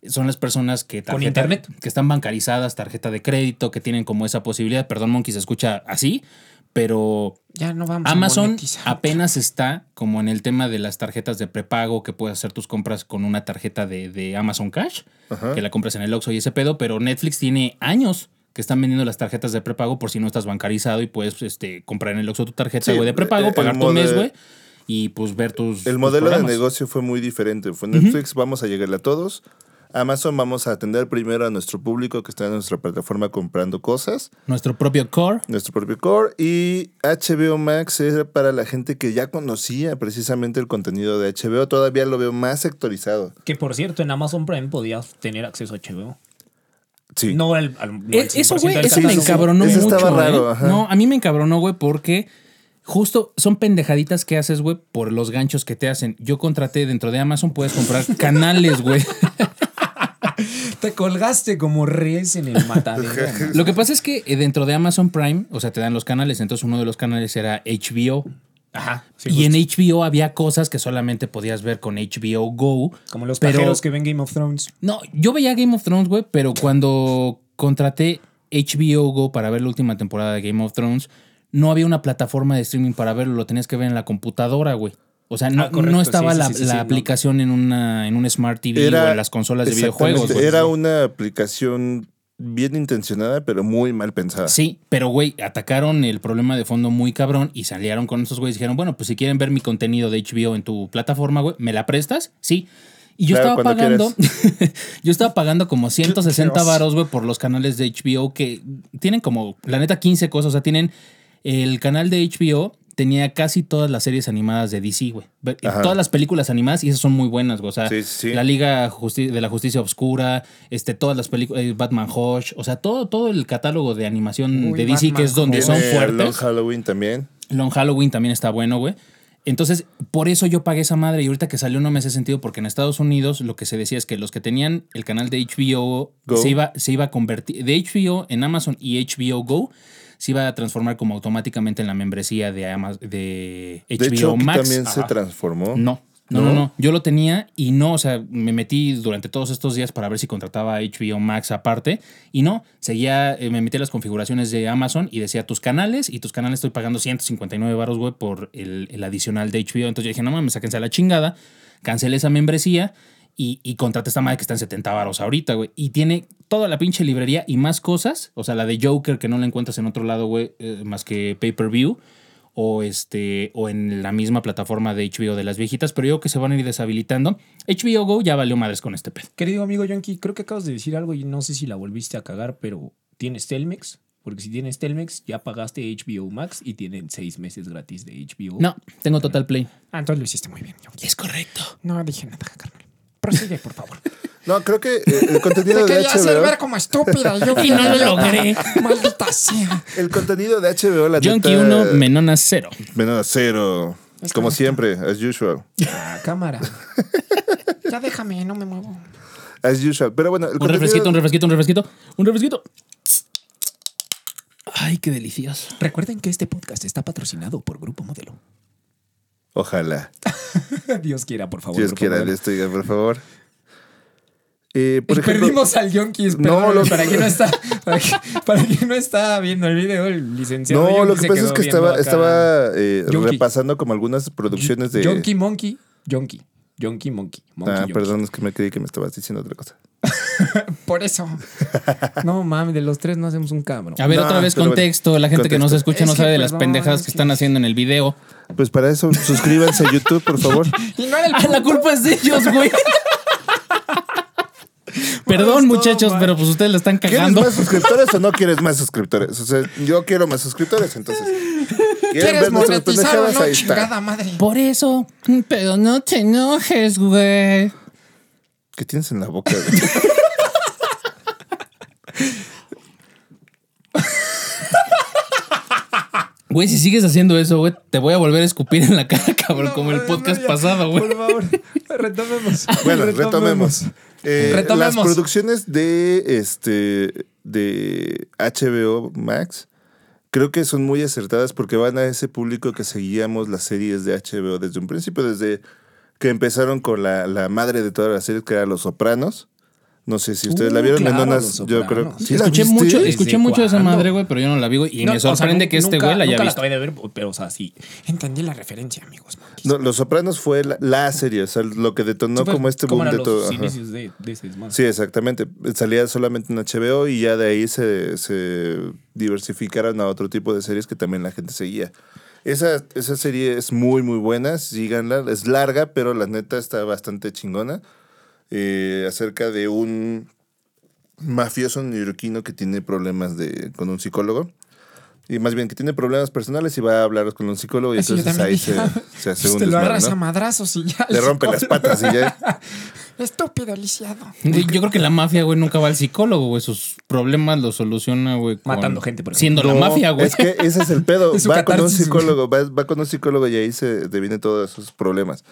son las personas que Con internet. que están bancarizadas, tarjeta de crédito, que tienen como esa posibilidad. Perdón, Monkey se escucha así, pero Ya no vamos a Amazon monetizar. apenas está como en el tema de las tarjetas de prepago, que puedes hacer tus compras con una tarjeta de, de Amazon Cash, Ajá. que la compras en el Oxxo y ese pedo, pero Netflix tiene años que están vendiendo las tarjetas de prepago por si no estás bancarizado y puedes este, comprar en el Oxxo tu tarjeta Sí, güey, de eh, prepago, el pagar tu model- mes, güey, y pues ver tus... El tus modelo de programas. negocio fue muy diferente. Fue Netflix, vamos a llegarle a todos. Amazon vamos a atender primero a nuestro público que está en nuestra plataforma comprando cosas, Nuestro propio core. nuestro propio core. Y HBO Max es para la gente que ya conocía precisamente el contenido de HBO. Todavía lo veo más sectorizado. Que por cierto, en Amazon Prime podías tener acceso a HBO. Sí. No al, al- no al Eh, Eso, 100% güey, del eso me catálogo. encabronó Eso mucho. estaba raro, eh. ajá. No, a mí me encabronó, güey, porque justo son pendejaditas que haces, güey, por los ganchos que te hacen. Yo contraté dentro de Amazon, puedes comprar canales, güey. Te colgaste como res en el matadero. man. Lo que pasa es que eh, dentro de Amazon Prime, o sea, te dan los canales. Entonces, uno de los canales era HBO. Ajá. sí, y justo. en HBO había cosas que solamente podías ver con HBO Go. Como los pero- pajeros que ven Game of Thrones. No, yo veía Game of Thrones, güey, pero cuando contraté HBO Go para ver la última temporada de Game of Thrones, no había una plataforma de streaming para verlo, lo tenías que ver en la computadora, güey. O sea, no, Ah, correcto, no estaba sí, sí, la, sí, sí, la sí, no. aplicación en una en un Smart TV o en las consolas de exactamente, videojuegos. güey. Era una aplicación bien intencionada, pero muy mal pensada. Sí, pero güey, atacaron el problema de fondo muy cabrón y salieron con esos güeyes y dijeron, bueno, pues si quieren ver mi contenido de HBO en tu plataforma, güey, ¿me la prestas? Sí. Y yo Claro, estaba cuando pagando, yo estaba pagando como 160 varos, güey, por los canales de HBO que tienen como, la neta, 15 cosas. O sea, tienen el canal de HBO tenía casi todas las series animadas de DC, güey. Ve- Ajá. Todas las películas animadas y esas son muy buenas, güey. O sea, Sí, sí, sí. la Liga Justi- de la Justicia Obscura, este, todas las películas, eh, Batman Hush, o sea, todo, todo el catálogo de animación Uy, de DC, que Batman es donde Tiene son Long fuertes. Halloween también. Long Halloween también está bueno, güey. Entonces, por eso yo pagué esa madre y ahorita que salió no me hace sentido porque en Estados Unidos lo que se decía es que los que tenían el canal de HBO Go. se iba, se iba a convertir, de HBO en Amazon y HBO Go, se iba a transformar como automáticamente en la membresía de, Ama- de HBO De hecho, aquí Max. también se Ajá. transformó. No. No, no, ¿No? no. Yo lo tenía y no, o sea, me metí durante todos estos días para ver si contrataba HBO Max aparte y no, seguía, eh, me metí a las configuraciones de Amazon y decía tus canales y tus canales estoy pagando 159 baros, güey, por el, el adicional de HBO. Entonces yo dije, no mames, sáquense a la chingada, cancelé esa membresía y, y contraté esta madre que está en 70 baros ahorita, güey. Y tiene toda la pinche librería y más cosas, o sea, la de Joker que no la encuentras en otro lado, güey, eh, más que pay-per-view o este o en la misma plataforma de HBO de las viejitas, pero yo creo que se van a ir deshabilitando. HBO Go ya valió madres con este pedo. Querido amigo Yonki, creo que acabas de decir algo y no sé si la volviste a cagar, pero ¿tienes Telmex? Porque si tienes Telmex, ya pagaste HBO Max y tienen seis meses gratis de HBO. No, tengo Total Play. Ah, entonces lo hiciste muy bien. Yonki. Es correcto. No dije nada, carnal. Prosigue, por favor. No, creo que eh, el Te contenido de quería hacer ver HBO. como estúpida. Yo Y no lo logré. Maldita sea. El contenido de HBO, la Junkie neta, Pues 1, Menona 0. Menos a cero. Es Como correcto. siempre, as usual. Ah, cámara. Ya déjame, no me muevo. As usual. Pero bueno, el Un contenido. refresquito, un refresquito, un refresquito. Un refresquito. Ay, qué delicioso. Recuerden que este podcast está patrocinado por Grupo Modelo. Ojalá. Dios quiera, por favor. Dios Grupo quiera, Modelo. Dios te diga, por favor. Eh, por Y ejemplo, Perdimos al Yonki, No, no, lo- para que no está, para que, para quien no está viendo el video, el licenciado. No, Yonki lo que se pasa es quedó que viendo estaba, acá. estaba eh, Yonki. repasando como algunas producciones de. Yonki Monkey, Yonki, Yonki Monkey, Monkey ah, Yonki. perdón, es que me creí que me estabas diciendo otra cosa. Por eso. No mames, de los tres no hacemos un cabrón. A ver, No, otra vez pero bueno, contexto. La gente que no se escucha Es no que, sabe de las perdón, pendejadas es que que- están haciendo en el video. Pues para eso, suscríbanse a YouTube, por favor. Y no era el Ah, la culpa es de ellos, güey. Perdón, muchachos, pero pues ustedes la están ¿Quieres cagando. más suscriptores o no quieres más suscriptores? O sea, yo quiero más suscriptores, entonces. ¿Quieren ¿Quieres ver nuestras monetizar o pendejadas? no? Ahí está. Chingada madre. Por eso, pero no te enojes, güey. ¿Qué tienes en la boca? güey? Güey, si sigues haciendo eso, güey, te voy a volver a escupir en la cara, cabrón, como el podcast pasado, güey. Por favor, retomemos. Bueno, retomemos. Eh, Retomemos. Las producciones de este de HBO Max creo que son muy acertadas porque van a ese público que seguíamos las series de HBO desde un principio, desde que empezaron con la, la madre de todas las series, que era Los Sopranos. No sé si ustedes Uh, la vieron, claro, Menonas, Los yo Sopranos. creo. ¿Sí la Escuché viste? mucho, ¿Desde escuché mucho de esa cuándo? madre, güey, pero yo no la vi, güey. Y No, me o sea, sorprende nu- que este nunca- güey la haya nunca visto. acabé de ver, pero o sea, sí. Entendí la referencia, amigos. monkeys. No, Los Sopranos fue la, la serie, o sea, lo que detonó Pues, como este ¿cómo boom eran de todo. los ajá. inicios de, de ese desmadre? Sí, exactamente. Salía solamente en HBO y ya de ahí se, se diversificaron a otro tipo de series que también la gente seguía. Esa, esa serie es muy, muy buena. Síganla. Es larga, pero la neta está bastante chingona. eh, acerca de un mafioso neoyorquino que tiene problemas de, con un psicólogo. Y más bien que tiene problemas personales y va a hablar con un psicólogo y Eso Ah, yo entonces también ahí dije, se, se hace pues un Te lo desmadre, agarras ¿no? a madrazos y ya. Le rompe las patas y ya. Estúpido, lisiado. Güey, Yo creo que la mafia, güey, nunca va al psicólogo, güey. Sus problemas los soluciona, güey. con- Matando gente, por ejemplo. Siendo la No, mafia, güey. Es que ese es el pedo. Es su va con un catarsis, güey. psicólogo, va, va con un psicólogo y ahí se devienen todos sus problemas.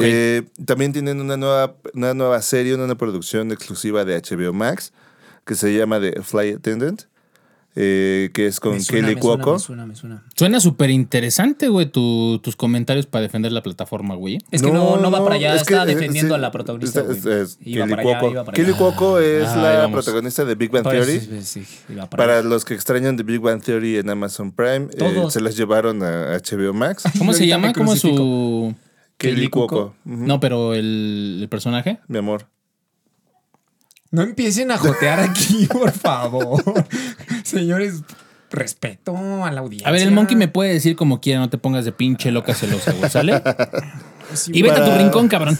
Eh, también tienen una nueva, una nueva serie, una nueva producción exclusiva de HBO Max que se llama The Fly Attendant, eh, que es con Me suena, Kelly me suena, Cuoco. me suena, me suena. Suena súper interesante, güey, tu- tus comentarios para defender la plataforma, güey. Es que no, no va para allá, es que, está eh, defendiendo sí, a la protagonista. está- güey. es- es Iba Kelly para allá, Cuoco. iba para Kelly allá. Cuoco es Ah, ahí la vamos. protagonista de Big Bang Para- Theory. sí, sí, sí, iba para Para allá. los que extrañan The Big Bang Theory en Amazon Prime, eh, Todos. se las llevaron a HBO Max. ¿Cómo se ahorita llama? me ¿Cómo es su...? Kelly Kelly Cuoco. Cuoco. Ujú, No, pero el, el personaje. Mi amor. No empiecen a jotear aquí, por favor. Señores, respeto a la audiencia. A ver, el monkey me puede decir como quiera, no te pongas de pinche loca celosa, güey, ¿sale? Sí, Y vete a Para- tu rincón, cabrón.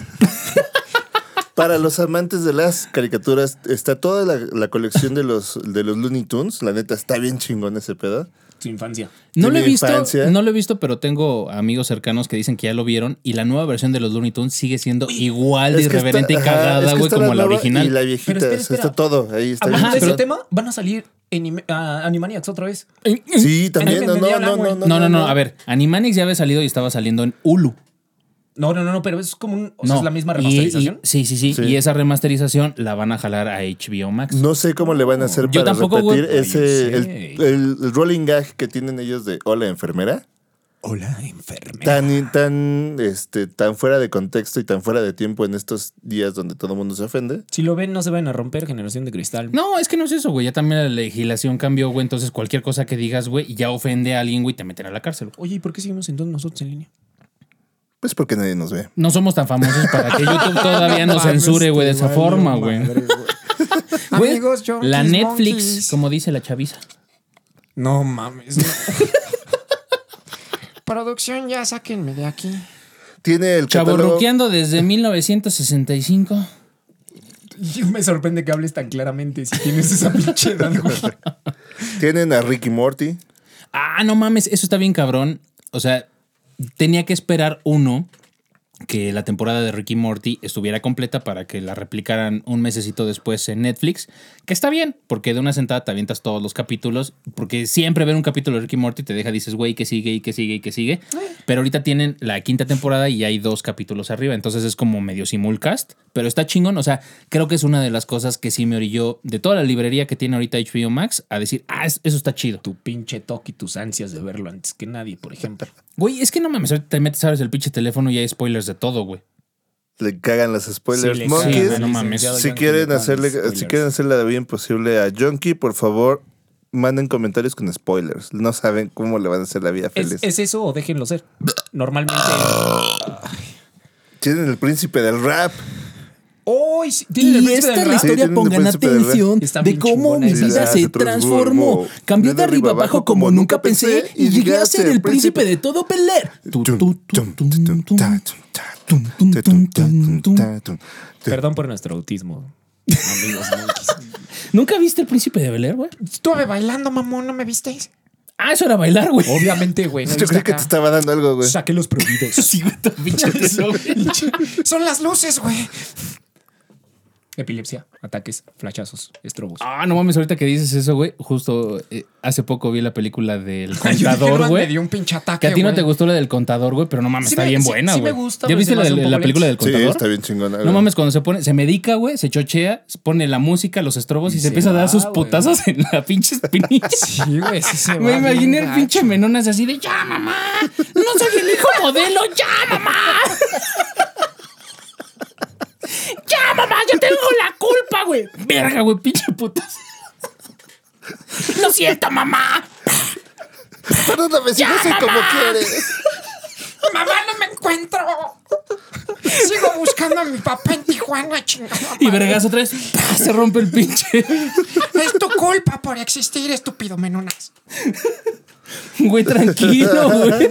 Para los amantes de las caricaturas, está toda la, la colección de los, de los Looney Tunes. La neta, está bien chingón ese pedo. Su infancia. No de lo he mi visto, infancia. no lo he visto, pero tengo amigos cercanos que dicen que ya lo vieron y la nueva versión de los Looney Tunes sigue siendo igual de Es que está- irreverente y ajá, es cagada, que güey, está como la nueva original. Y la viejita, Pero espera, espera. está todo. Ahí está Hablando de bien ese chingón. tema, van a salir anime- ah, Animaniacs otra vez. Sí, también. No, Anime, no, no, anime, no, anime. no, No, no, no, a ver, Animaniacs ya había salido y estaba saliendo en Hulu. No, no, no, no, pero es como un, o sea, no, es la misma y- remasterización. y- sí, sí, sí, Sí. Y esa remasterización la van a jalar a HBO Max. No sé cómo le van a hacer Yo para tampoco, güey. repetir ese, Oye, el, sí. el rolling gag que tienen ellos de hola enfermera. Hola, enfermera. Tan, tan, este, tan fuera de contexto y tan fuera de tiempo en estos días donde todo el mundo se ofende. Si lo ven, no se van a romper Generación de Cristal. No, es que no es eso, güey. Ya también la legislación cambió, güey. Entonces cualquier cosa que digas, güey, ya ofende a alguien, güey, te meten a la cárcel. güey. Oye, ¿y por qué seguimos entonces nosotros en línea? Pues porque nadie nos ve. No somos tan famosos para que YouTube todavía nos censure, güey, de esa forma, güey. Güey, Amigos, yo. La Netflix, como dice la chaviza. No mames. no. Producción, ya sáquenme de aquí. Tiene el catálogo. Chaborruqueando desde 1965. Y me sorprende que hables tan claramente si tienes esa pinche edad, güey. Tienen a Ricky Morty. Ah, no mames, eso está bien cabrón. O sea, tenía que esperar uno que la temporada de Ricky Morty estuviera completa para que la replicaran un mesecito después en Netflix, que está bien, porque de una sentada te avientas todos los capítulos, porque siempre ver un capítulo de Ricky Morty te deja, dices, güey, que sigue y que sigue y que sigue, pero ahorita tienen la quinta temporada y hay dos capítulos arriba, entonces es como medio simulcast, pero está chingón, o sea, creo que es una de las cosas que sí me orilló de toda la librería que tiene ahorita HBO Max a decir, ah, es- eso está chido. Tu pinche toque y tus ansias de verlo antes que nadie, por ejemplo. Güey, es que no mames, ahorita te metes, abres el pinche teléfono y hay spoilers de todo, güey. Le cagan las spoilers. Sí, le Monkeys, cagan, no mames. licenciado si Yankee, quieren le cagan hacerle, spoilers. si quieren hacerle la vida imposible a Junkie, por favor, manden comentarios con spoilers. No saben cómo le van a hacer la vida feliz. Ah. ¿Es, es eso o déjenlo ser? Normalmente. Tienen el príncipe del rap. ¡Oh! ¿Tiene el príncipe del rap? Sí, tienen un príncipe del rap. Está bien chingona esa. vida se transformó. Cambió De arriba abajo como nunca pensé y llegué a ser el príncipe de todo Peler. Perdón por nuestro autismo, amigos monkeys. ¿Nunca viste el príncipe de Beler, güey? Estuve bailando, mamón, ¿no me visteis? Ah, eso era bailar, güey. Obviamente, güey. no Yo viste creí que te acá. estaba dando algo, güey. Saqué los prohibidos. Sí, güey, tan pinche tesoro, güey. Son las luces, güey. Epilepsia, ataques, flachazos, estrobos. Ah, no mames, ahorita que dices eso, güey. Justo eh, hace poco vi la película del Yo dije, contador, no, güey. Me dio un pinche Que ataque. a ti no güey. te gustó la del contador, güey, pero no mames, Sí está me- bien sí- buena, sí güey. me gusta, ¿Ya pero viste se la, me hace un la poco película del lenta. Sí, contador? está bien chingona. No güey. mames, cuando se pone, se medica, güey, se chochea, se pone la música, los estrobos y, se, se empieza a dar va, sus güey. putazos en la pinche espinilla. Sí, güey. Sí se Me va bien imaginé el gacho. pinche menonas así de ya, mamá. No soy el hijo modelo, ya, mamá. Ya, mamá, yo tengo la culpa, güey. Verga, güey, pinche putas. Lo siento, mamá. Perdóname si no sé cómo quieres. Mamá, no me encuentro. Sigo buscando a mi papá en Tijuana, chingada. Y madre. vergas otra vez, ¡pah! se rompe el pinche. Es tu culpa por existir, estúpido menunas. Güey, tranquilo, güey.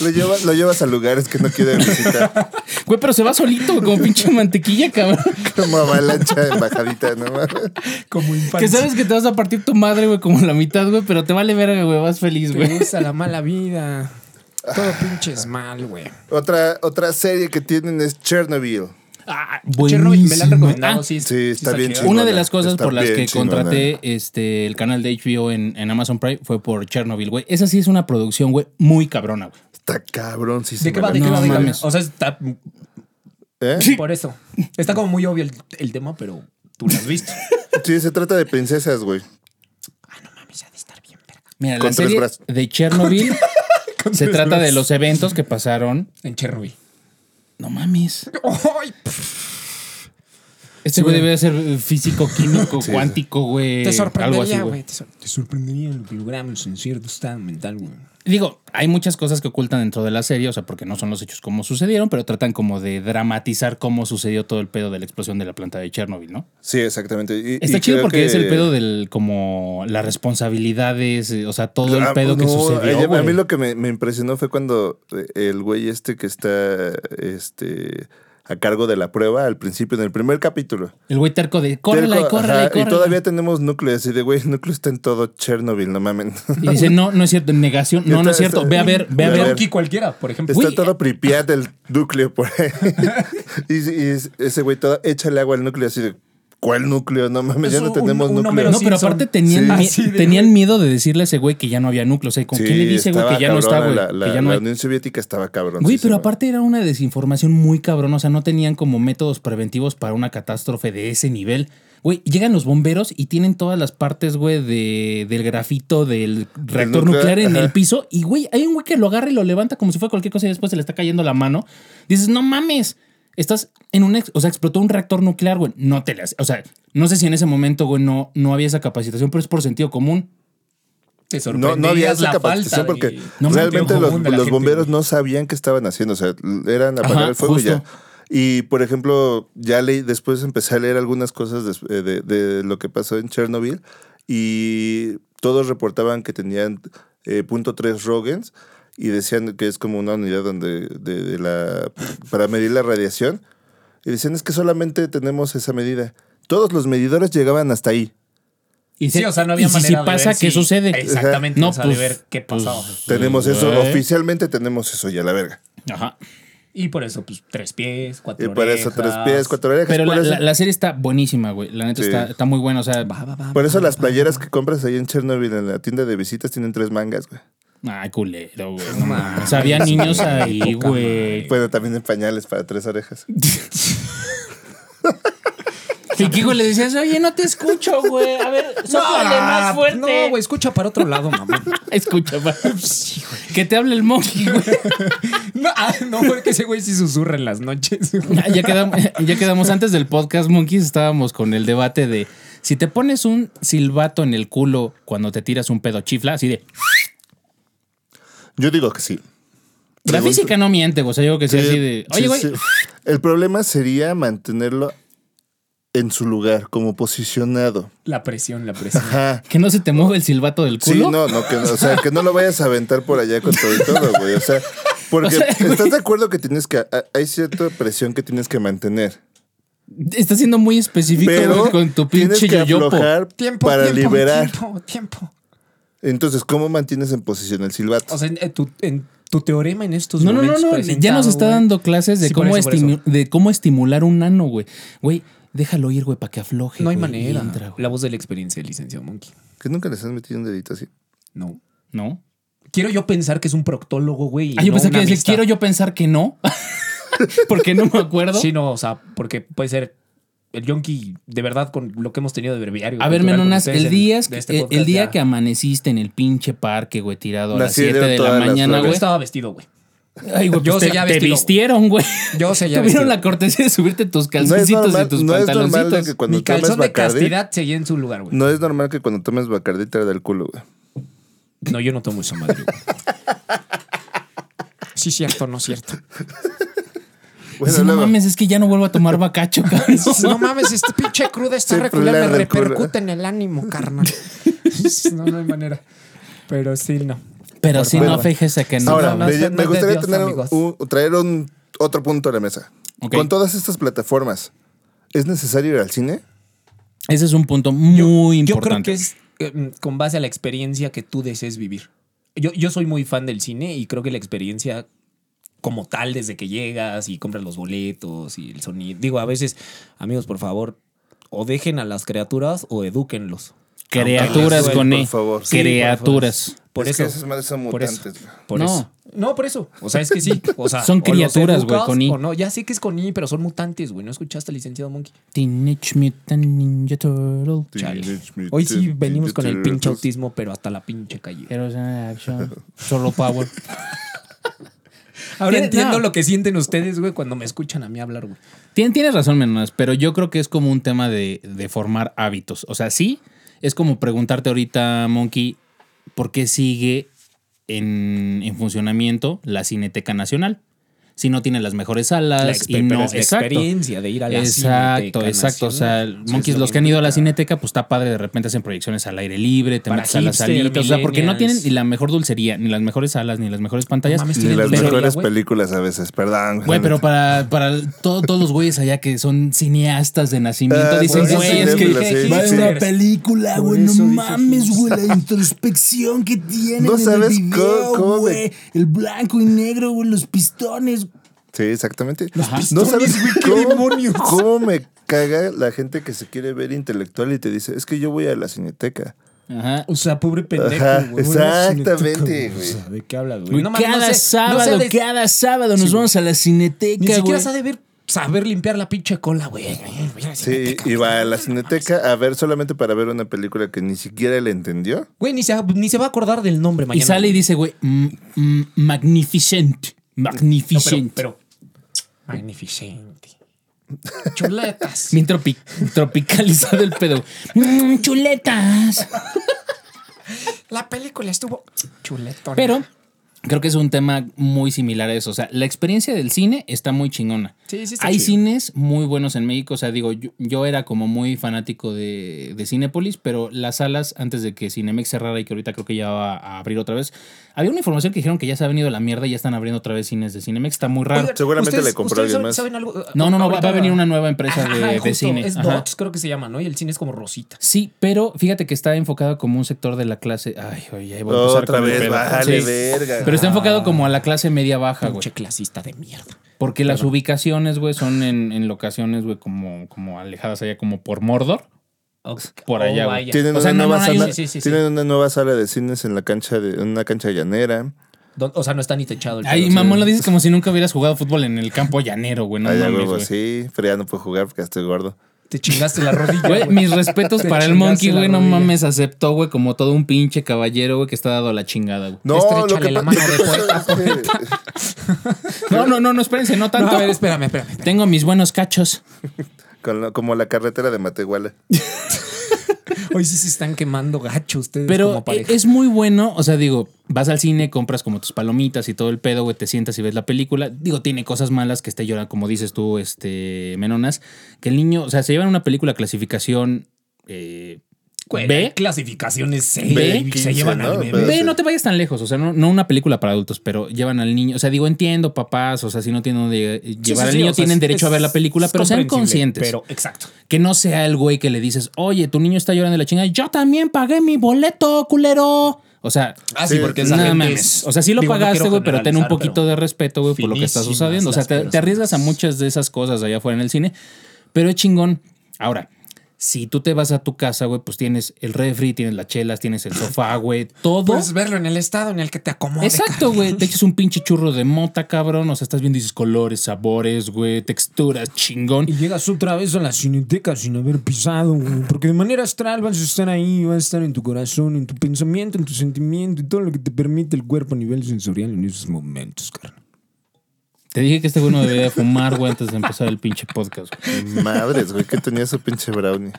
Lo, lleva- lo llevas a lugares que no quieren visitar. Güey, pero se va solito con pinche mantequilla, cabrón. Como avalancha en bajadita, ¿no? Como infancia. Que sabes que te vas a partir tu madre, güey, como la mitad, güey, pero te vale verga, güey, vas feliz, Me güey. gusta la mala vida. Todo pinche es mal, güey. Otra, otra serie que tienen es Chernobyl. Ah, Chernobyl me la han buenísima. recomendado, Ah, sí. ¿eh? Sí, está bien chido. chingón. Una Chingona, de las cosas está por las bien que chingona. contraté este, el canal de HBO en, en Amazon Prime fue por Chernobyl, güey. Esa sí es una producción, güey, muy cabrona, güey. Está cabrón, sí. ¿De se qué me va? ¿De olvidó. No qué va? ¿De qué va? mames. O sea, está ¿Eh? Oh, por eso. Está como muy obvio el, el tema, pero tú lo has visto. Sí, se trata de princesas, güey. Mames, ha de estar bien, verga. Mira, Con la tres serie brazos. de Chernobyl se trata de los eventos que pasaron. En Chernobyl. No mames. ¡Ay! Este güey debe de ser físico, químico, cuántico, güey. Te algo así, sorprendería, güey. güey. te sor- Te sorprendería lo que logramos en cierto estado mental, güey. Digo, hay muchas cosas que ocultan dentro de la serie, o sea, porque no son los hechos como sucedieron, pero tratan como de dramatizar cómo sucedió todo el pedo de la explosión de la planta de Chernobyl, ¿no? Sí, exactamente. Y- Está y chido creo porque que- es el pedo del, como las responsabilidades, eh, o sea, todo el Ah, pedo que no, ella- sucedió. A mí güey. lo que me, me impresionó fue cuando el güey este que está este, a cargo de la prueba al principio, en el primer capítulo. El güey terco de córrela y Terco, córrela y ajá, córrela. todavía tenemos núcleo así de, güey, el núcleo está en todo Chernobyl, no mamen. Y dice, no, no es cierto, negación, no, no es cierto, ve a ver, ve a eh, Ve a ver. ver. Aquí cualquiera, por ejemplo. Está Güey, todo Pripyat el núcleo por ahí. y, y es- ese güey todo, échale agua al núcleo así de, ¿cuál núcleo? No mames, ya Es no un- tenemos un núcleo. número No, pero Simpson. aparte tenían, Sí. mi- Así de, tenían miedo de decirle a ese güey que ya no había núcleo. O sea, ¿con Sí, quién le dice, güey, estaba que ya no está, güey? cabrona La, la- Que ya no la hay. Unión Soviética estaba cabrón. Güey, sí, pero sí, güey. aparte era una desinformación muy cabrón. O sea, no tenían como métodos preventivos para una catástrofe de ese nivel. Güey, llegan los bomberos y tienen todas las partes, güey, de, del grafito del reactor nuclear, nuclear, en el ajá. piso. Y, güey, hay un güey que lo agarra y lo levanta como si fuera cualquier cosa y después se le está cayendo la mano. Dices, no mames, estás en un... ex- O sea, explotó un reactor nuclear, güey. No te las... O sea, no sé si en ese momento, güey, no, no había esa capacitación, pero es por sentido común. Te No, sorprenderías no había esa la falta capacitación porque de- No, realmente sentido los, común de la los gente, bomberos güey. no sabían qué estaban haciendo. O sea, eran apagar Ajá, el fuego y justo. ya. Y por ejemplo, ya leí, después empecé a leer algunas cosas des- eh, de, de lo que pasó en Chernobyl y todos reportaban que tenían eh, punto tres Rogens y decían que es como una unidad donde de, de la para medir la radiación y decían es que solamente tenemos esa medida. Todos los medidores llegaban hasta ahí. Y Sí, se- o sea, no y había si, manera si de pasa, ver ¿qué si- sucede? Exactamente, No, o sea, pues, de ver qué pasaba. Tenemos Sí, eso, ¿Eh? güey. oficialmente tenemos eso ya la verga. Ajá. Y por eso, pues, tres pies, cuatro Y por eso tres orejas. pies, cuatro orejas. Pero por, la, eso, la- la serie está buenísima, güey. La neta Sí. está, está muy buena. O sea, Va, va, va, por eso va, las va, playeras va. que compras ahí en Chernobyl en la tienda de visitas tienen tres mangas, güey. ay, culero, güey. No mames. O sea, había niños ahí, güey. Bueno, también en pañales para tres orejas. Y Kiko le decías, oye, no te escucho, güey. A ver, sóplale Ah, más fuerte. No, güey, escucha para otro lado, mamá. Escucha, va. Que te hable el monkey, güey. No, ah, no, porque ese güey sí susurra en las noches. Ah, Ya quedamos, ya quedamos antes del podcast, monkeys. Estábamos con el debate de si te pones un silbato en el culo cuando te tiras un pedo chifla, así de. Yo digo que sí. La Pregunto. física no miente, güey. O sea, yo creo que sí, así de. Sí, Oye, güey. sí. El problema sería mantenerlo en su lugar, como posicionado. La presión, la presión. Ajá. Que no se te mueva el silbato del Sí, culo. no, no, que no, o sea, que no lo vayas a aventar por allá con todo y todo, güey. O sea, porque O sea, güey. estás de acuerdo que tienes que, a- hay cierta presión que tienes que mantener. Estás siendo muy específico güey, Pero con tu tienes pinche que yoyopo. aflojar Tiempo, para tiempo, liberar. Tiempo, tiempo. Entonces, ¿cómo mantienes en posición el silbato? O sea, en, en tu, en tu teorema en estos No, no, no, momentos. no. Ya nos está presentado, dando güey. clases de, Sí, por cómo eso, por estimu- eso. de cómo estimular un nano, güey. Güey, déjalo ir, güey, para que afloje. No hay güey, y manera. entra, güey. la voz de la experiencia, licenciado Monkey. Que nunca les han metido un dedito así. No. ¿No? Quiero yo pensar que es un proctólogo, güey. y Ah, yo no pensé una que decía, amistad. quiero yo pensar que no. Porque no me acuerdo. Sí, no, o sea, porque puede ser el yonki de verdad con lo que hemos tenido de breviario. A ver, cultural con Menonas, ustedes el en- día, es de que, este el- el podcast día ya. que amaneciste en el pinche parque, güey, tirado a las Nací de 7 de la todas las mañana, flores. Yo güey. estaba vestido, güey. Ay, güey, Yo pues te, seguía te vestido, güey. vistieron, güey. Yo seguía Tuvieron vestido. la cortesía de subirte tus No es calzoncitos normal, y tus no es normal de pantaloncitos. que cuando Mi tomes calzón de Bacardi, castidad seguía en su lugar, güey. no es normal que cuando tomes Bacardi te da el culo, güey. No, yo no tomo esa madre. güey. Sí, cierto, no cierto. Bueno, Dice, no luego, mames, es que ya no vuelvo a tomar bacacho, cabrón. No mames, este pinche cruda está Sí, regular, plana me del culo. repercute en el ánimo, carnal. No, no hay manera. Pero sí, no. Pero Por si favor. no, fíjese que no. Ahora, no, no me, es- no me es de gustaría Dios, tener amigos. un- traer un, otro punto a la mesa. Ok. Con todas estas plataformas, ¿es necesario ir al cine? Ese es un punto muy Yo creo importante. que es eh, con base a la experiencia que tú desees vivir. Yo, yo soy muy fan del cine y creo que la experiencia como tal desde que llegas y compras los boletos y el sonido. Digo, a veces, amigos, por favor, o dejen a las criaturas o edúquenlos. Criaturas Aunque les duele, con por E. favor. Sí, Criaturas. Por Es eso. que esas madres son por eso, mutantes. por No. eso. No, por eso. O sea, es que sí. O sea, Son o los criaturas, güey, educas con I. o no, ya sé que es con I, pero son mutantes, güey. ¿No escuchaste, licenciado Monkey? Teenage Mutant Ninja Turtle. Chale. Hoy sí venimos con el pinche autismo, pero hasta la pinche calle. Heroes in Action. Solo Power. Ahora Tiene- entiendo no. lo que sienten ustedes, güey, cuando me escuchan a mí hablar, güey. Tien- tienes razón, menos, pero yo creo que es como un tema de, de formar hábitos. O sea, sí, es como preguntarte ahorita, Monkey, ¿por qué sigue en, en funcionamiento la Cineteca Nacional? Si no tiene las mejores salas La y exper- Ah, no pero es la exacto. experiencia de ir a la Exacto, Cineteca exacto. O sea, Nacional. Sí, Monkeys, es lo los que que han ido a la implica. cineteca, pues está padre. De repente hacen proyecciones al aire libre, te Para metes a las hipster, salitas. O sea, porque no tienen millennials. ni la mejor dulcería, ni las mejores salas, ni las mejores pantallas. mames, Ni tienen las Pero- mejores güey. películas a veces, perdón. Güey, pero para, para todo- todos los güeyes allá que son cineastas de nacimiento, Ah, dicen, sí, güey, sí, es sí, que sí, sí, va a sí. una Sí. película, güey, no mames, güey, la introspección que tiene. No en el sabes video, cómo- cómo me- güey, el blanco y negro, güey, los pistones. Sí, exactamente. No sabes cómo, cómo me caga la gente que se quiere ver intelectual y te dice, es que yo voy a la cineteca. Ajá. O sea, pobre pendejo, Ajá, güey. Voy a la cineteca, exactamente, güey. O sea, güey. ¿de qué hablas, güey? Güey, No mames, cada no sé- no sé sábado, de- cada sábado nos vamos a la cineteca, Ni siquiera güey. sabe ver- saber limpiar la pinche cola, güey. Voy a la Sí, cineteca, y va a la cineteca a ver solamente para ver una película que ni siquiera él entendió. Güey, ni se, ni se va a acordar del nombre Y mañana. sale y dice, güey, mm, mm, magnificent. No, pero, Magnificent. pero- Magnificente. Chuletas. Bien tropi- tropicalizado el pedo. Mm, chuletas. La película estuvo chuletona. Pero creo que es un tema muy similar a eso. O sea, la experiencia del cine está muy chingona. Sí, sí está Hay chido. cines muy buenos en México. O sea, digo, yo, yo era como muy fanático de, de Cinépolis, pero las salas, antes de que Cinemex cerrara y que ahorita creo que ya va a abrir otra vez, había una información que dijeron que ya se ha venido la mierda y ya están abriendo otra vez cines de Cinemex. Está muy raro. Oigan, Seguramente ¿ustedes- le compró ustedes alguien más. saben algo? no, no, no, va, Ahorita- va a venir una nueva empresa Ajá, de, de justo, cine. Es Ajá. Dots, creo que se llama, ¿no? Y el cine es como rosita. Sí, pero fíjate que está enfocado como un sector de la clase. Ay, oye, ahí voy a empezar Otra con el vez, pedo. vale, Sí. verga. Pero está enfocado como a la clase media baja, Ah, güey. Pinche clasista de mierda. Porque las ubicaciones, güey, son en, en locaciones, güey, como, como alejadas allá, como por Mordor. Por allá, güey. Oh, vaya. Tienen, O sea, una, no, nueva no, hay sala, un- sí, sí, sí, tienen una nueva sala de cines en la cancha de en una cancha llanera. Don- O sea, no está ni techado el Ay, pedo, mamón, sí. lo dices como si nunca hubieras jugado fútbol en el campo llanero, güey. No Hay mames, algo güey. así, pero ya no puedo jugar porque ya estoy gordo. Te chingaste la rodilla. Güey, güey. mis respetos Te para el chingaste monkey, la güey. No rodilla. mames, aceptó, güey, como todo un pinche caballero, güey, que está dado a la chingada, güey. No, lo que, Estréchale la pa- mano lo de que pasa es que- No, no, no, no, espérense, no No, tanto. a ver, espérame, espérame. Tengo mis buenos cachos. con la- como la carretera de Matehuala. Hoy sí se están quemando gacho ustedes Pero e-, como pareja. es muy bueno, o sea, digo, vas al cine, compras como tus palomitas y todo el pedo, güey, te sientas y ves la película. Digo, tiene cosas malas que esté llorando, como dices tú, este, Menonas, que el niño, o sea, se llevan una película clasificación eh, Güey, hay B. clasificaciones C, Ve, y se 15, llevan ¿no? al Pero- bebé. B, no te vayas tan lejos, o sea, no, no una película para adultos, pero llevan al niño, o sea, digo, entiendo, papás, o sea, si no tienen dónde llevar Sí, sí, al sí, niño, o sea, tienen es- derecho a ver la película, es pero sean comprensible, conscientes. Pero, exacto. Que no sea el güey que le dices, oye, tu niño está llorando de la chingada, yo también pagué mi boleto, culero. O sea, Ah, sí, Sí, porque sí. esa No gente mames. es- O sea, sí lo digo, no pagaste, quiero güey, pero ten un generalizar, poquito de respeto, güey, por lo que está finísimas sucediendo. O sea, las te, te arriesgas a muchas de esas cosas allá afuera en el cine, pero es chingón. Ahora, si tú te vas a tu casa, güey, pues tienes el refri, tienes las chelas, tienes el sofá, güey, todo. Pues, Puedes verlo en el estado en el que te acomode. Exacto, güey. Te echas un pinche churro de mota, cabrón. O sea, estás viendo y dices colores, sabores, güey, texturas, chingón. Y llegas otra vez a la cineteca sin haber pisado, güey. Porque de manera astral vas a estar ahí, vas a estar en tu corazón, en tu pensamiento, en tu sentimiento, en todo lo que te permite el cuerpo a nivel sensorial en esos momentos, carnal. Te dije que este güey no debería fumar, güey, antes de empezar el pinche podcast. güey. Madres, güey, que tenía su pinche brownie.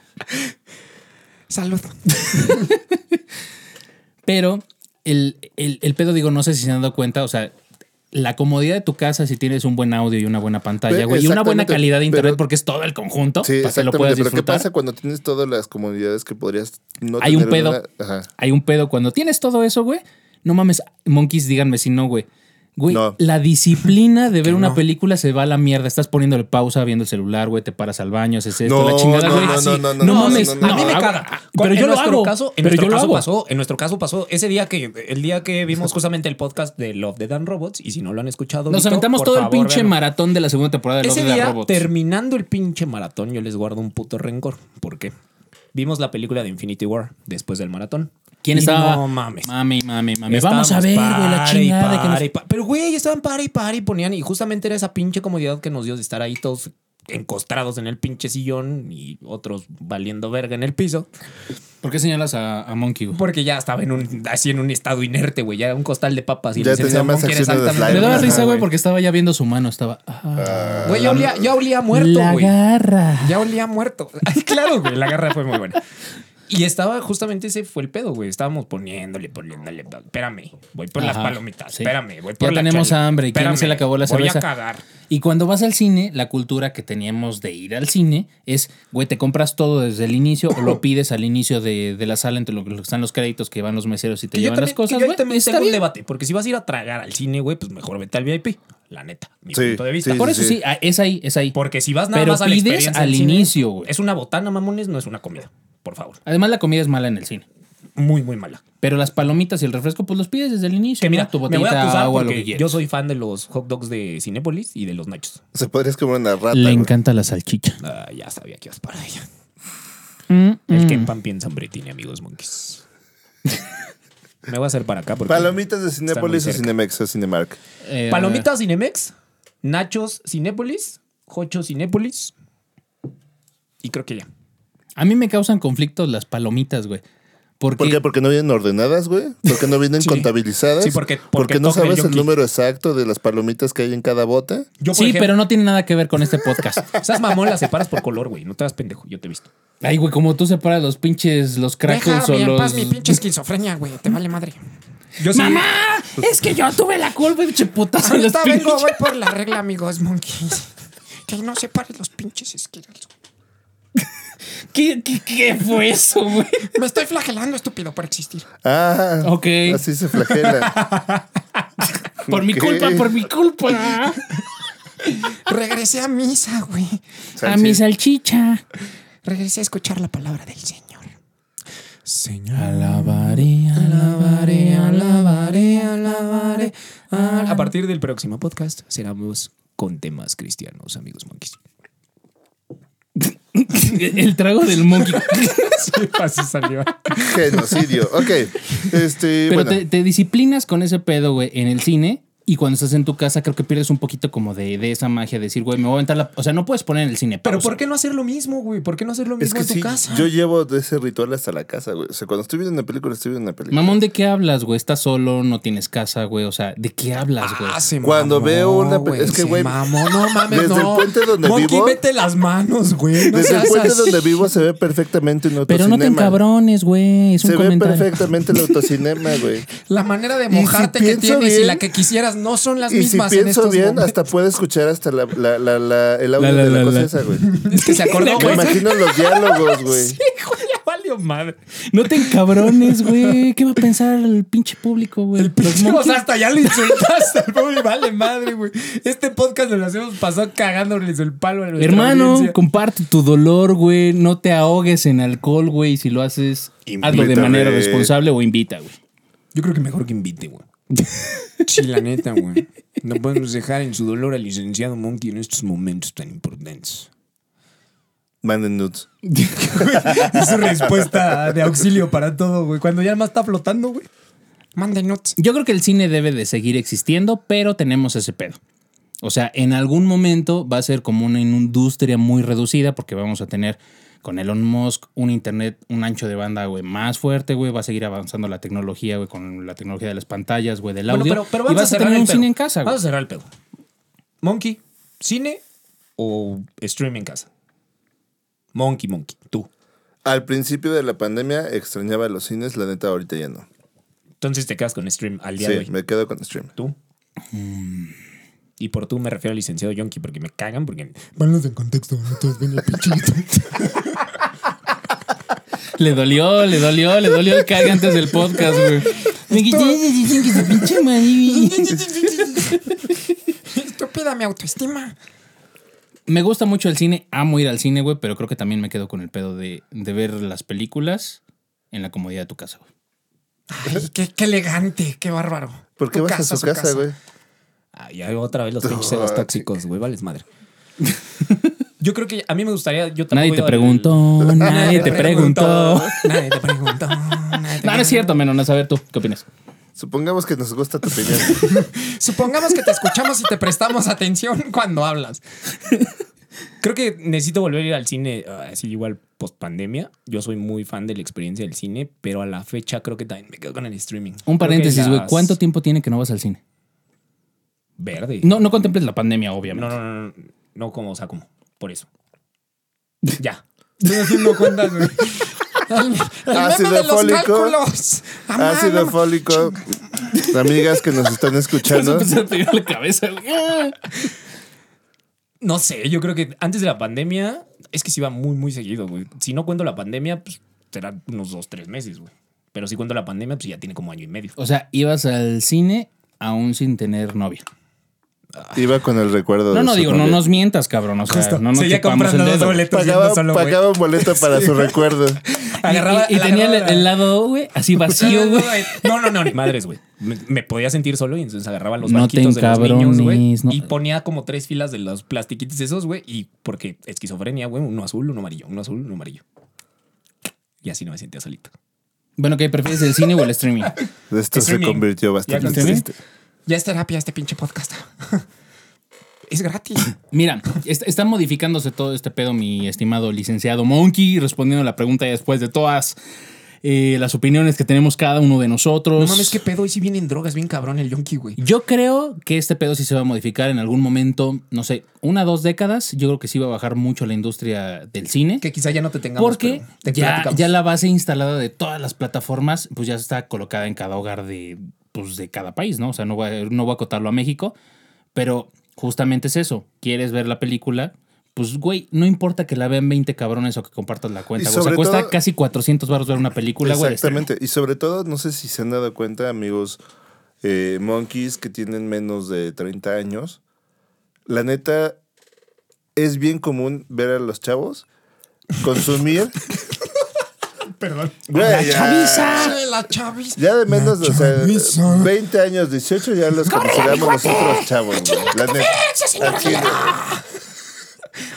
Salud. Pero el, el- el pedo, digo, no sé si se han dado cuenta, o sea, la comodidad de tu casa si tienes un buen audio y una buena pantalla, Pe- güey, y una buena exactamente, calidad de internet pero- porque es todo el conjunto Sí, para que lo exactamente. puedas Pero ¿qué disfrutar. pasa cuando tienes todas las comunidades que podrías no Hay un tener en pedo. una- Ajá. Hay un pedo cuando tienes todo eso, güey. No mames, monkeys, díganme si no, güey. Güey, No. la disciplina de ver una no. película se va a la mierda. Estás poniéndole pausa, viendo el celular, güey, te paras al baño, haces esto, No, la chingada, no, güey. no, Así, no, no, no, no, mames. no, no, no. no, A mí me hago- caga. ah, Pero En yo lo nuestro hago. caso- en pero nuestro yo lo caso hago. pasó, en nuestro caso pasó ese día que el día que vimos justamente el podcast de Love the Dan Robots y si no lo han escuchado, Nos ahorita, aventamos por todo favor, el pinche véanlo. maratón de la segunda temporada de Ese Love Death día Robots. terminando el pinche maratón yo les guardo un puto rencor porque vimos la película de Infinity War después del maratón. ¿Quién Y estaba? No mames. Mami, mami, mami. Vamos a ver, güey, la Estábamos chingada pare y que nos- pare y pa- Pero, güey, estaban para y para y ponían. Y justamente era esa pinche comodidad que nos dio de estar ahí todos encostrados en el pinche sillón y otros valiendo verga en el piso. ¿Por qué señalas a, a Monkey, güey? Porque ya estaba en un, así en un estado inerte, güey. Ya era un costal de papas. Y Ya el tenía Samson más quiere acciones de exactamente- Me slime. daba Ajá, risa, güey, güey. porque estaba ya viendo su mano. Estaba. ah, Güey, ya olía, ya olía muerto, la güey. garra. Ya olía muerto. Ay, claro, güey. La garra fue muy buena. Y estaba justamente ese fue el pedo, güey. Estábamos poniéndole, poniéndole. Espérame, voy por las Ajá, palomitas. sí. Espérame, voy Ya por la tenemos chela. hambre, ¿y quién Espérame, se le acabó la cerveza? Voy a cagar. Y cuando vas al cine, la cultura que teníamos de ir al cine es, güey, te compras todo desde el inicio o lo pides al inicio de, de la sala entre lo que lo que están los créditos que van los meseros y te Que yo llevan también, las cosas, que yo güey. también Está tengo un bien. debate, porque si vas a ir a tragar al cine, güey, pues mejor vete al VIP. La neta, mi Sí, punto de vista. sí, Por sí, eso sí, ah, es ahí, es ahí. Porque si vas nada Pero más a la pides experiencia al del cine, inicio, güey. Es una botana, mamones, no es una comida. Por favor. Además, la comida es mala en el cine. Muy, muy mala. Pero las palomitas y el refresco, pues los pides desde el inicio. Que ¿no? mira, tu me voy a botellita de acusar agua, lo porque que quieras. yo soy fan de los hot dogs de Cinépolis y de los nachos. Se podrías comer una rata. Le güey. encanta la salchicha. Ah, ya sabía que ibas para allá. Mm, El mm. que en pan piensa hambre tiene, amigos monkeys. me voy a hacer para acá porque... Palomitas de Cinépolis muy o cerca. Cinemex o Cinemark. Eh, Palomitas Cinemex, nachos Cinépolis, jocho Cinépolis y creo que ya. A mí me causan conflictos las palomitas, güey. Porque ¿Por qué? Porque no vienen ordenadas, güey. Porque no vienen contabilizadas. Sí, porque- porque porque no toca el sabes el yonki. número exacto de las palomitas que hay en cada bote. Yo, sí, pero no tiene nada que ver con este podcast. Esas mamón las separas por color, güey. No te hagas pendejo, yo te he visto. Ay, güey, como tú separas los pinches, los crackers o Déjame en paz los. mi pinche esquizofrenia, güey. Te vale madre. Yo ¡Mamá! Es que yo tuve la culpa, pinche putazo. en los Ahorita vengo, pinches- voy por la regla, amigos monkeys. Que no separe los pinches esquiros. ¿Qué, qué, qué fue eso, güey? Me estoy flagelando, estúpido, por existir. Ah, Ok. Así se flagela. Por mi Ok. culpa, por mi culpa. Regresé a misa, güey. A mi Salchi- salchicha. Regresé a escuchar la palabra del Señor. Señor. Alabaré, Alabaré, alabaré, alabaré. A partir del próximo podcast seremos con temas cristianos, amigos monkeys. El trago del monkey. Sí, así salió. Genocidio. Ok. Este, Pero bueno. te, te disciplinas con ese pedo, güey, en el cine. Y cuando estás en tu casa, creo que pierdes un poquito como de, de esa magia de decir, güey, me voy a aventar la. O sea, no puedes poner en el cine. Pero pausa. ¿por qué no hacer lo mismo, güey? ¿Por qué no hacer lo mismo Es que en tu sí, casa? yo llevo de ese ritual hasta la casa, güey. O sea, cuando estoy viendo una película, estoy viendo una película. Mamón, ¿de qué hablas, güey? ¿Estás solo? ¿No tienes casa, güey? O sea, ¿de qué hablas, güey? Ah, se Cuando mamó, veo una pe- es se que, güey, mamó. no mames, desde el no. puente donde Monkey, vivo- vete las manos, güey. Desde No el seas puente así. donde vivo se ve perfectamente un Pero autocinema. no te encabrones, güey. Es un Se ve comentario. perfectamente el autocinema, güey. La manera de si mojarte que pienso tienes y bien- la que quisieras no son las Y si mismas en pienso estos bien, momentos. hasta puedo escuchar hasta la, la, la, la- el audio La, la, de la, la, cosa la. esa, güey. Es que se acordó, Me güey. imagino los diálogos, güey. Hijo, ya valió madre. No te encabrones, güey. ¿Qué va a pensar el pinche público, güey? El Los pinche, o monkeys- sea, hasta ya le insultaste al pobre. Vale madre, güey. Este podcast nos lo hacemos pasado cagándoles el palo a nuestra Hermano, audiencia. comparte tu dolor, güey. No te ahogues en alcohol, güey. Si lo haces, hazlo de Invítame. manera responsable o invita, güey. Yo creo que mejor que invite, güey. Sí, la neta, güey. No podemos dejar en su dolor al licenciado Monkey en estos momentos tan importantes. Manden nudes. Es su respuesta de auxilio para todo, güey. Cuando ya más está flotando, güey. Mande nuts. Yo creo que el cine debe de seguir existiendo, pero tenemos ese pedo. O sea, en algún momento va a ser como una industria muy reducida porque vamos a tener con Elon Musk un internet, un ancho de banda, güey, más fuerte, güey. Va a seguir avanzando la tecnología, güey, con la tecnología de las pantallas, güey, del Bueno, audio. y vas a, cerrar tener el un pedo. cine en casa, güey. Vamos a cerrar el pedo. Monkey, ¿cine o stream en casa? Monkey, Monkey, tú. Al principio de la pandemia extrañaba los cines, la neta ahorita ya no. Entonces te quedas con stream al día de Sí, hoy. me quedo con stream. Tú. Y por tú me refiero al licenciado Yonki porque me cagan, porque Ponlos en contexto, no todos ven la pinche lista. Le dolió, le dolió, le dolió el cague antes del podcast, güey. Me quité dicen que se pinche maní. Estúpida mi autoestima. Me gusta mucho el cine, amo ir al cine, güey, pero creo que también me quedo con el pedo de, de ver las películas en la comodidad de tu casa, güey. Ay, qué, qué elegante, qué bárbaro. ¿Por qué Su vas a su casa, güey? Ah, ya otra vez los pinches celos tóxicos, güey, vales madre. Yo creo que a mí me gustaría. Yo tampoco Nadie he te ido al- preguntó, Oh, nadie te preguntó. Nadie te preguntó. nadie te No, no es cierto, menos. A ver tú, ¿qué opinas? Supongamos que nos gusta tu opinión. Supongamos que te escuchamos y te prestamos atención cuando hablas. Creo que necesito volver a ir al cine, ah, así igual post pandemia. Yo soy muy fan de la experiencia del cine, pero a la fecha creo que también me quedo con el streaming. Creo Un que paréntesis, güey. las- ¿Cuánto tiempo tiene que no vas al cine? Verde. No, no contemples la pandemia, no, obviamente. no, no, no, no, como, o sea, como, por eso. Ya. Estoy haciendo cuentas, güey. El, el Ácido meme de los fólico. cálculos. Amá, Ácido no, fólico. Amigas que nos están escuchando. Empezó a pegar la cabeza, güey. Ah. No sé, yo creo que antes de la pandemia es que se iba muy, muy seguido, güey. Si no cuento la pandemia, pues serán unos dos, tres meses, güey. Pero si cuento la pandemia, pues ya tiene como año y medio. O sea, ibas al cine aún sin tener novia. Iba con el recuerdo No, de no, su digo, no novia. nos mientas, cabrón. O sea, Justo. no nos Seguía chupamos el comprando dos dedo. boletos Pagaba, yendo solo, güey. pagaba un boleto para su recuerdo. Agarraba- y, y- y tenía el, agarraba la- el lado, güey, así vacío, güey. No, no, no, ni madres, güey. Me, me podía sentir solo y entonces agarraba los No te banquitos de los niños, güey. encabrones, no. Y ponía como tres filas de los plastiquitos esos, güey. Y porque esquizofrenia, güey, uno azul, uno amarillo, uno azul, uno amarillo. Y así no me sentía solito. Bueno, ¿qué prefieres, el cine o el streaming? Esto se Streaming. convirtió Ya bastante con streaming. triste. Ya es terapia este pinche podcast. Es gratis. Mira, est- está modificándose todo este pedo, mi estimado licenciado Monkey, respondiendo a la pregunta después de todas eh, las opiniones que tenemos cada uno de nosotros. No mames, qué pedo. Hoy sí vienen drogas, bien cabrón el yonki, güey. Yo creo que este pedo sí se va a modificar en algún momento, no sé, una dos décadas. Yo creo que sí va a bajar mucho la industria del cine. Que quizá ya no te tengamos. Porque pero te ya, platicamos. ya la base instalada de todas las plataformas, pues ya está colocada en cada hogar de, pues de cada país, ¿no? O sea, no voy, a, no voy a acotarlo a México, pero justamente es eso. ¿Quieres ver la película? Pues, güey, no importa que la vean 20 cabrones o que compartas la cuenta. Y güey. O sea, sobre cuesta todo- casi 400 baros ver una película, güey. de estreno. Exactamente. Y sobre todo, no sé si se han dado cuenta, amigos eh, monkeys que tienen menos de 30 años. La neta, es bien común ver a los chavos consumir. Perdón. Güey, ya- Sí, la chavis. Ya de menos, o sea, chaviza. 20 años, 18, ya los consideramos nosotros chavos, güey. La neta. Al chile.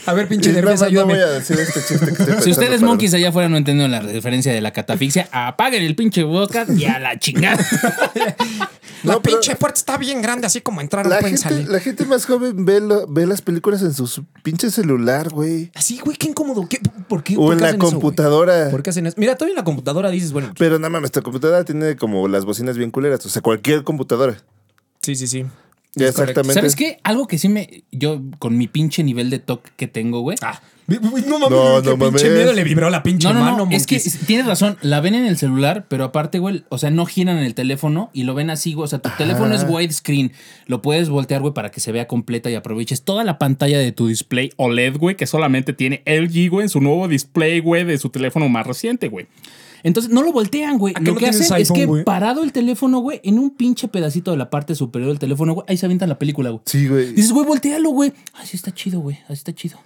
A ver, Y pinche Eh, no, nervios, no, no ayúdame. voy a decir este chiste que estoy Si pensando ustedes, para- monkeys, allá afuera no entienden la referencia de la catafixia, apaguen el pinche boca y a la chingada. La No, pero- pinche puerta está bien grande, así como entrar no La pueden gente, salir. la gente más joven ve, lo- ve las películas en su su pinche celular, güey. Así, güey, qué incómodo. ¿Qué, ¿Por qué? O por en qué la hacen eso, güey? computadora. ¿Por qué hacen eso? Mira, todavía en la computadora dices, bueno, Pero nada más, esta computadora tiene como las bocinas bien culeras. O sea, cualquier computadora. sí, sí, sí. Ya exactamente. ¿Sabes qué? Algo que sí me. Yo, con mi pinche nivel de toque que tengo, güey. Ah, vi- vi- no mames, No, güey, qué pinche no mames. miedo le vibró la pinche No, no, mano, no, es que monkeys. s- tienes razón, la ven en el celular, pero aparte, güey, o sea, no giran el teléfono y lo ven así, güey, o sea, tu teléfono Ah. es widescreen, lo puedes voltear, güey, para que se vea completa y aproveches toda la pantalla de tu display OLED, güey, que solamente tiene LG, güey, en su nuevo display, güey, de su teléfono más reciente, güey. Entonces, no lo voltean, güey. ¿A que Lo no que tienes hacen es iPhone, que güey? parado el teléfono, güey, en un pinche pedacito de la parte superior del teléfono, güey, ahí se avienta la película, güey. Sí, güey. De Dices, güey, voltealo, güey. Así está chido, güey, así está chido.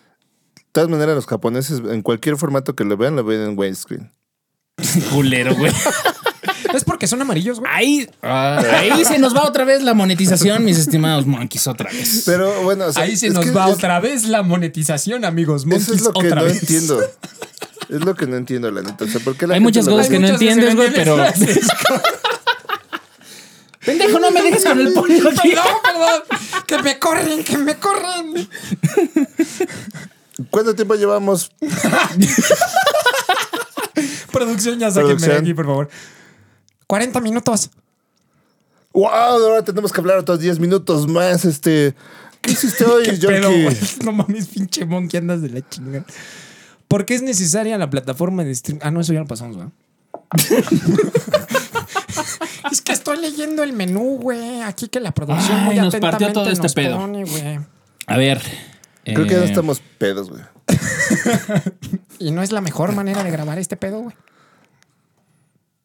todas maneras, los japoneses, en cualquier formato que lo vean, lo ven en widescreen. Culero, güey. Es porque son amarillos, güey. Ahí, Ah. ahí se nos va otra vez la monetización, mis estimados monkeys, otra vez. Pero bueno, o sea, Ahí se es nos que va es- otra vez la monetización, amigos. Eso es Monkeys, lo que otra no vez. entiendo. Es lo que no entiendo, la neta. O sea, ¿por qué la Hay gente muchas lo cosas ve? que no muchas entiendes, güey, veces pero. frases. Pendejo, no me dejes con el pollo aquí. Perdón, perdón. Que me corren, que me corren. ¿Cuánto tiempo llevamos? Producción, ya sáquenme de Producción. aquí, por favor. 40 minutos. ¡Wow! Ahora tenemos que hablar otros 10 minutos más. Este. ¿Qué hiciste hoy, Pero, Yorkie? güey, no mames, pinche monkey, andas de la chingada. ¿Por qué es necesaria la plataforma de stream? Ah, no, eso ya lo pasamos, ¿verdad? Es que estoy leyendo el menú, güey. Aquí que la producción Ay, muy nos partió atentamente todo este nos pedo. pone, güey. A ver. Creo que eh, ya estamos pedos, güey. Y no es la mejor manera de grabar este pedo, güey.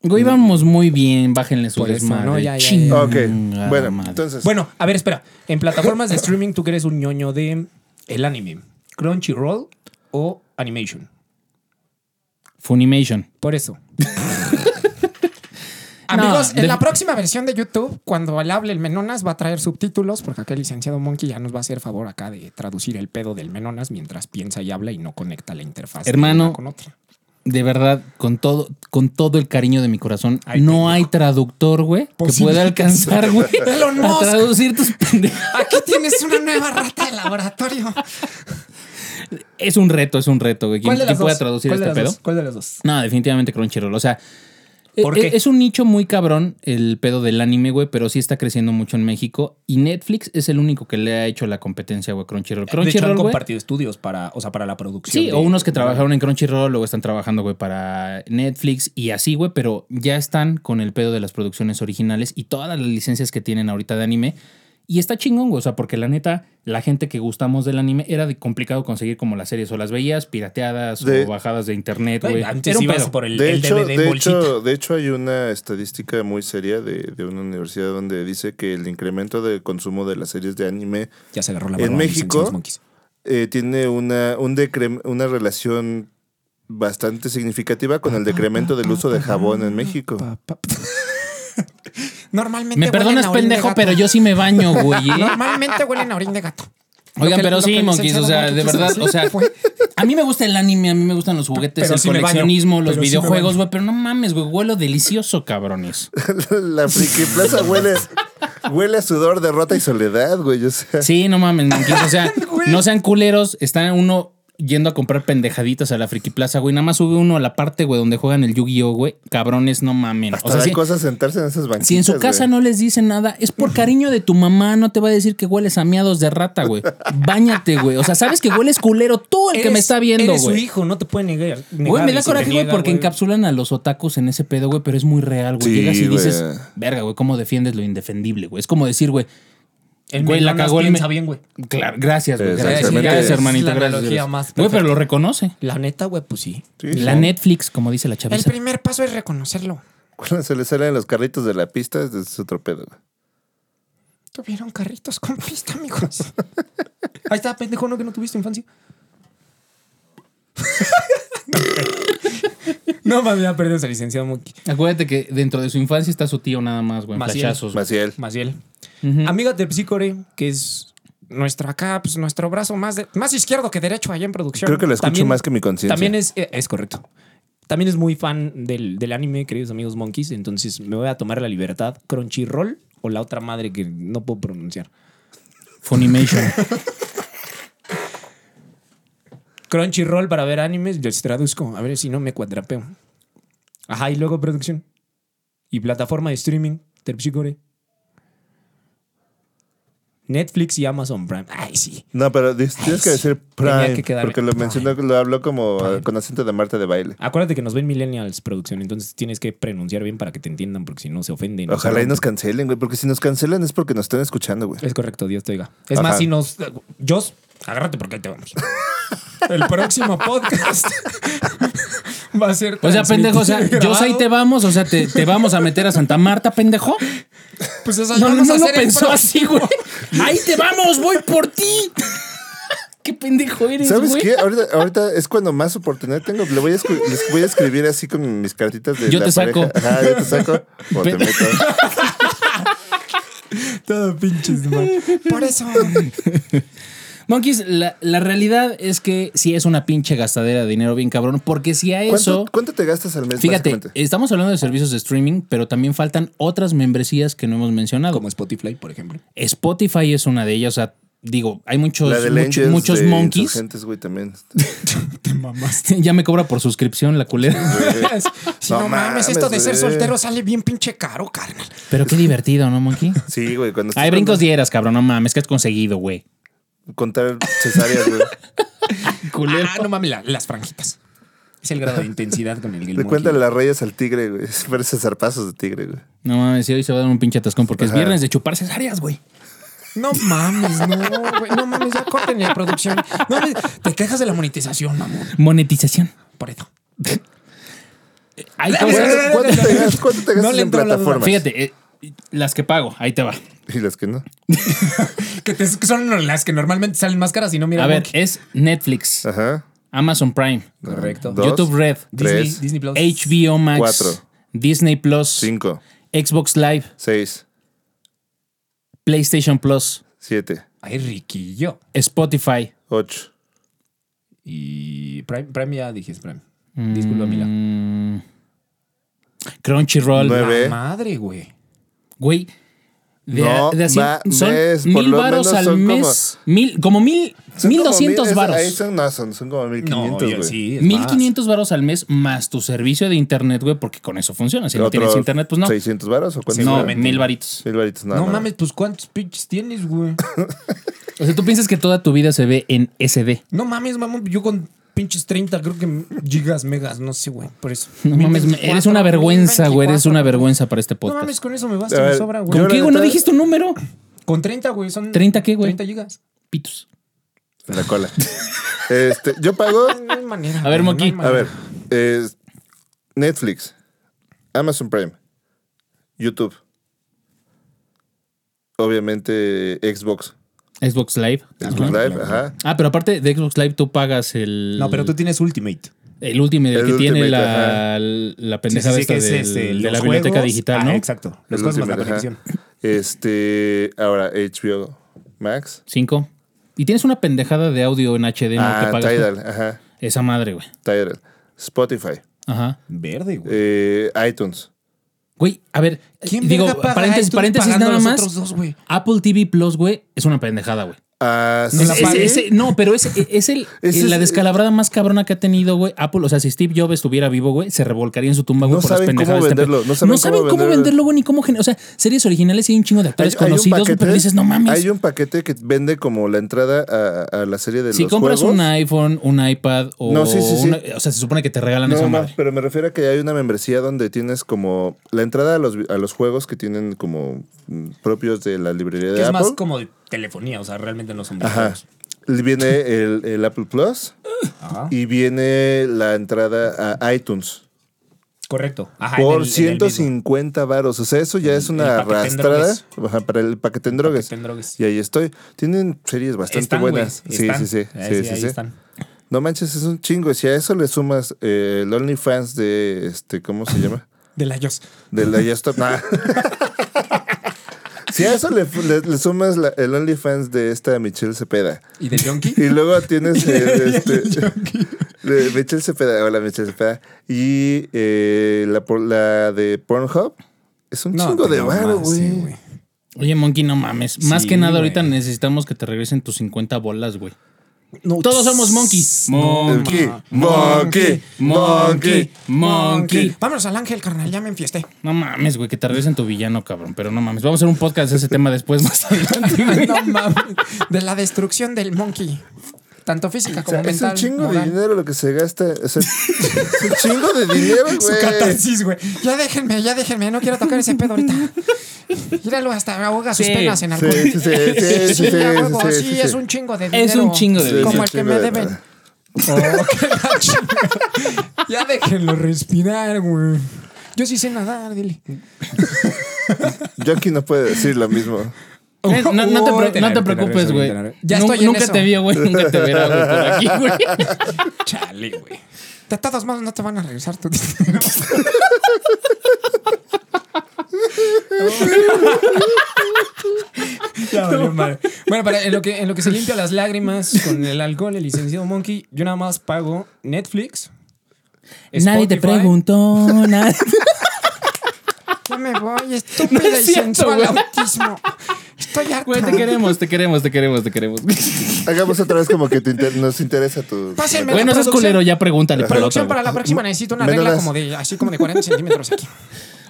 eh, Güey, vamos muy bien. Bájenle su Por eso, desmadre. ¿no? Ya, ya, ya. Chinga Ok, bueno, Mm, madre. entonces. Bueno, a ver, espera. En plataformas de streaming, tú que eres un ñoño de el anime, Crunchyroll o Animation. Funimation. Por eso. Amigos, de- en la próxima versión de YouTube, cuando al hable el Menonas, va a traer subtítulos, porque aquel licenciado Monkey ya nos va a hacer favor acá de traducir el pedo del Menonas mientras piensa y habla y no conecta la interfaz de Hermano. una con otra. De verdad, con todo, con todo el cariño de mi corazón, no hay traductor, güey, que Posible. pueda alcanzar, güey, Elon a Musk. traducir tus pendejos. Aquí tienes una nueva rata de laboratorio. Es un reto, es un reto, güey. ¿Quién, ¿Cuál de quién las pueda dos? traducir ¿Cuál de este las pedo? dos? ¿Cuál de las dos? No, definitivamente Crunchyroll. O sea, ¿Por e- qué? es un nicho muy cabrón el pedo del anime, güey, pero sí está creciendo mucho en México. Y Netflix es el único que le ha hecho la competencia, güey, Crunchyroll. De hecho, Crunchyroll, han güey. compartido estudios para, o sea, para la producción. Sí, de- o unos que trabajaron en Crunchyroll, luego están trabajando, güey, para Netflix y así, güey, pero ya están con el pedo de las producciones originales y todas las licencias que tienen ahorita de anime. Y está chingón, güey, o sea, porque la neta, la gente que gustamos del anime era de complicado conseguir como las series o las veías pirateadas De- o bajadas de internet, Güey, güey. Antes Era un ibas pedo. por el, De el hecho, DVD de, bolsita. hecho, de hecho, hay una estadística muy seria de, de una universidad donde dice que el incremento del consumo de las series de anime ya se agarró la en barba a México- licenciados monkeys. eh, tiene una, un decre- una relación bastante significativa con el decremento del uso de jabón en México. Normalmente Me huelen perdonas, a orín de pendejo, gato. pero yo sí me baño, güey. ¿eh? Normalmente huelen a orín de gato. Lo Oigan, que- pero lo que sí, el monkeys, o licenciado sea, Monkey de quiso verdad, decir o sea, fue- a mí me gusta el anime, a mí me gustan los juguetes, Pero el sí me baño, coleccionismo, los pero sí me videojuegos, baño. güey, pero no mames, güey, huelo delicioso, cabrones. La friki plaza huele, huele a sudor, derrota y soledad, güey. O sea, Sí, no mames, monkeys, o sea, no sean culeros, está uno yendo a comprar pendejaditas a la friki plaza, güey, nada más sube uno a la parte, güey, donde juegan el Yu-Gi-Oh, güey, cabrones, no mamen. O hasta sea, da si, cosa sentarse en esas banquitas. si en su casa no les dicen nada, es por cariño de tu mamá, no te va a decir que hueles a miados de rata, güey. Báñate, güey, o sea, sabes que hueles culero tú el que me Eres- está viendo, eres güey. su hijo, no te puede negar. Güey, negar me da y si te coraje, güey, niega, porque encapsulan a los otakus en ese pedo, güey, pero es muy real, güey. Sí, Llegas y dices, güey. verga, güey, ¿cómo defiendes lo indefendible, güey? Es como decir, güey, El Güey, la Menonas cagó el piensa me- bien, güey. claro, gracias, güey. Gracias, Exactamente. gracias, Es hermanito, la gracias. analogía gracias. más Güey, pero perfecta. lo reconoce. La neta, güey, pues sí. Sí, La sí. Netflix, como dice la El chaviza. primer paso es reconocerlo. Cuando se le salen los carritos de la pista, ese es otro pedo. güey. Tuvieron carritos con pista, amigos. Ahí está, pendejo, no que no tuviste infancia. no mames, ya perdimos al licenciado Monkey. Acuérdate que dentro de su infancia está su tío nada más, güey, en Maciel. flashazos. güey. Maciel. Maciel. Amiga de Psicore, que es. nuestro acá, pues nuestro brazo más, de- más izquierdo que derecho allá en producción. Creo que lo escucho También- más que mi conciencia. También es. eh, Es correcto. También es muy fan del, del anime, queridos amigos monkeys. Entonces me voy a tomar la libertad. Crunchyroll o la otra madre que no puedo pronunciar. Funimation. Crunchyroll para ver animes, les traduzco, a ver si no me cuadrapeo. Ajá, y luego producción. Y plataforma de streaming, Terpsicore. Netflix y Amazon Prime. Ay, sí. No, pero dis- tienes que decir tenía Prime, que quedarme- porque lo mencionó, lo habló como eh, con acento de Marta de baile. Acuérdate que nos ven millennials producción, entonces tienes que pronunciar bien para que te entiendan, porque si no se ofenden. Ojalá y nos caen. cancelen, güey, porque si nos cancelan es porque nos están escuchando, güey. Es correcto, Dios te oiga. Es Ajá. más, si nos... Jos, agárrate porque ahí te vamos. El próximo podcast va a ser. O sea, pendejo, o sea, transmitido y yo ahí te grabado. vamos, o sea, te, te vamos a meter a Santa Marta, pendejo. Pues eso No, no, vamos a no lo hacer el pensó próximo. así, güey. Ahí te vamos, voy por ti. Qué pendejo eres, ¿Sabes güey. qué? Ahorita, ahorita es cuando más oportunidad tengo. Le voy a escri- les voy a escribir así con mis cartitas de Yo la te saco. pareja. Ajá, yo te saco. O te Pe- meto. Todo pinches Por eso. Monkeys, la, la realidad es que sí es una pinche gastadera de dinero bien cabrón, porque si a eso... ¿Cuánto, cuánto te gastas al mes? Fíjate, básicamente? estamos hablando de servicios de streaming, pero también faltan otras membresías que no hemos mencionado. Como Spotify, por ejemplo. Spotify es una de ellas, o sea, digo, hay muchos, la de mucho- Lenges muchos de monkeys. Insurgentes, güey, también. ya me cobra por suscripción la culera. Si no, No mames, esto de mames, ser güey. soltero sale bien pinche caro, carnal. pero qué divertido, ¿no, Monkey? Sí, güey, cuando Ay, estás brincos dieras, cabrón, no mames, que has conseguido, güey. con- Contar cesáreas, güey. Culero. Ah, no mames, la- las franjitas. Es el grado de intensidad con el que el Le monkey- cuentan las reyes al tigre, güey. Parece zarpazos de tigre, güey. No mames, y hoy se va a dar un pinche atascón porque es Ajá. viernes de chupar cesáreas, güey. No mames, no, güey. No mames, ya corten la producción. No mames, te quejas de la monetización, mamón. Monetización. Por eso. Ahí te va. ¿Cuánto, cuánto te gastas, cuánto te gastas No le en entró la duda. plataformas? Fíjate, eh, las que pago, ahí te va. Y las que no. Que, te- que son las que normalmente salen más caras y no mira. A ver, Monkey. es Netflix, Ajá. Amazon Prime, Correcto. Dos, YouTube Red, tres, Disney, Disney Plus. HBO Max, Cuatro. Disney Plus, Cinco, Xbox Live, seis, PlayStation Plus, siete, Ay, riquillo. Spotify. ocho. Y Prime, Prime ya dije, es Prime. Disculpa, Mila. mm, Crunchyroll. Nueve. La madre, güey. Güey. De, No de así, mames, son por mil lo varos menos al son como- mes. mil, como mil, Son mil como doscientos mil- varos. Ahí son, no, son, son como mil quinientos, yo- güey. sí, es más. 1500 varos al mes más tu servicio de internet, güey, porque con eso funciona. Si no ¿Otro tienes internet, pues no. 600 varos o cuántos? No, eran? mil varitos. Mil varitos, nada. No más. mames, pues ¿cuántos pinches tienes, güey? O sea, tú piensas que toda tu vida se ve en SD. No mames, mamón. Yo con pinches 30, creo que gigas, megas, no sé, güey. Por eso. No mames, me- eres una vergüenza, güey. Eres una vergüenza para este No podcast. mames, con eso me A basta, me ver, sobra, yo ¿Con güey. la qué, güey? ¿No neta- dijiste un número? Con 30, güey, son. ¿30 qué, güey? 30 gigas. Pitos. En La cola. este, yo pago, No hay manera. A ver, güey, no Moqui. hay A a manera. ver, es Netflix, Amazon Prime, YouTube, obviamente Xbox, Xbox Live. Xbox Ajá. Live, ajá. Ah, pero aparte de Xbox Live, tú pagas el. No, pero tú tienes Ultimate. El último, el, El que tiene Ultimate, la, la pendejada Sí, sí, sí, que esta del- es, este, de la los biblioteca juegos. digital, Ah, ¿no? exacto. Los El juegos más la Ultimate, ajá. conexión. Este, ahora HBO Max. Cinco. Y tienes una pendejada de audio en HD, ¿no? ah, que pagas. Tidal, ajá. Esa madre, güey. Tidal. Spotify, Ajá. Verde, güey. eh, iTunes. Güey, a ver, ¿Quién digo, verga paga paréntesis, esto paréntesis pagando nada los más. otros dos, güey? Apple TV Plus, güey, es una pendejada, güey. Ah, Es- la es- pagué. es- no, pero es, es el, eh, Ese es- la descalabrada más cabrona que ha tenido, güey. Apple, o sea, si Steve Jobs estuviera vivo, güey, se revolcaría en su tumba, güey, No por las saben cómo pendejadas. de este venderlo, pe- no saben cómo cómo venderlo. venderlo, güey, ni cómo. gen- O sea, series originales y hay un chingo de actores Hay- hay un conocidos, güey, pero paquete- dices, no mames. Hay un paquete que vende como la entrada a, a la serie de si los compras juegos. un iPhone, un iPad o No, sí, sí, sí. una- o sea, se supone que te regalan No, esa no, madre. pero me refiero a que hay una membresía donde tienes como la entrada a los, a los juegos que tienen como mm, propios de la librería Que de es más Apple. como de telefonía, o sea, realmente no son Ajá. videojuegos. Viene el, el Apple Plus Ajá. y viene la entrada a iTunes Correcto. Ajá, Ah, en el- en el por mismo. 150 varos. O sea, eso ya es una el paquete en arrastrada drogues. ajá, para el paquete en drogues. paquete en drogues. Y ahí estoy. Tienen series bastante Están, güey, buenas. Sí, están. sí, sí, Ahí sí, sí, sí, ahí sí. están. No manches, es un chingo. Si a eso le sumas eh, el OnlyFans de este, ¿cómo se llama? De la Yos. De la ya está- nah. Si a eso le, le- le sumas la- el OnlyFans de esta Michelle Cepeda. ¿Y de Yonki? Y luego tienes eh, este, de Michelle Cepeda. Hola, Michelle Cepeda. Y eh, la, por- la de Pornhub. Es un chingo de varo, güey. Oye, Monkey, no mames. Más Sí, que nada, güey. ahorita necesitamos que te regresen tus 50 bolas, güey. Todos somos Monkey. Monkey, monkey, monkey. Monkey. Vámonos al ángel, carnal, ya me enfiesté. No mames, güey, que te regresen tu villano, cabrón. Pero no mames. Vamos a hacer un podcast de ese tema después más adelante. güey. No mames. De la destrucción del monkey. Tanto física O sea, como es un mental. chingo de moral. dinero lo que se gasta. O sea, es un chingo de dinero, Su güey. catarsis, güey. Ya déjenme, ya déjenme. No quiero tocar ese pedo ahorita. Míralo, hasta ahoga sus Sí. penas en alcohol. Sí, sí, sí, sí, sí, sí, a sí, huevo, sí, sí, sí, es sí. un chingo de dinero. Es un chingo de Sí, es Como un el que chingo me de deben. dinero. Oh, qué la chingada. ya déjenlo respirar, güey. Yo sí sé nadar, dile. Yo aquí no puedo decir lo mismo. Eh, No, no te, pre- Uy, te no la- te te la preocupes, regreso, güey. te la regreso. Ya Nu- estoy en Nunca eso. te vio, güey. Nunca te verá, güey, por aquí, güey. Chale, güey. De todos modos, no te van a regresar tu dinero. Ya valió madre. Bueno, para en lo que en lo que se limpia las lágrimas con el alcohol, el licenciado Monkey, yo nada más pago Netflix. Nadie te Spotify. preguntó nada. Ya me voy, estúpida No es y cierto, sensual güey. autismo. Estoy harta. Güey, te queremos, te queremos, te queremos, te queremos. Hagamos otra vez como que te inter- nos interesa tu. Pásenme Güey, la no seas producción. culero, ya pregúntale. pero Producción otra, para güey. la próxima necesito una Menos regla las- como de así como de 40 centímetros aquí.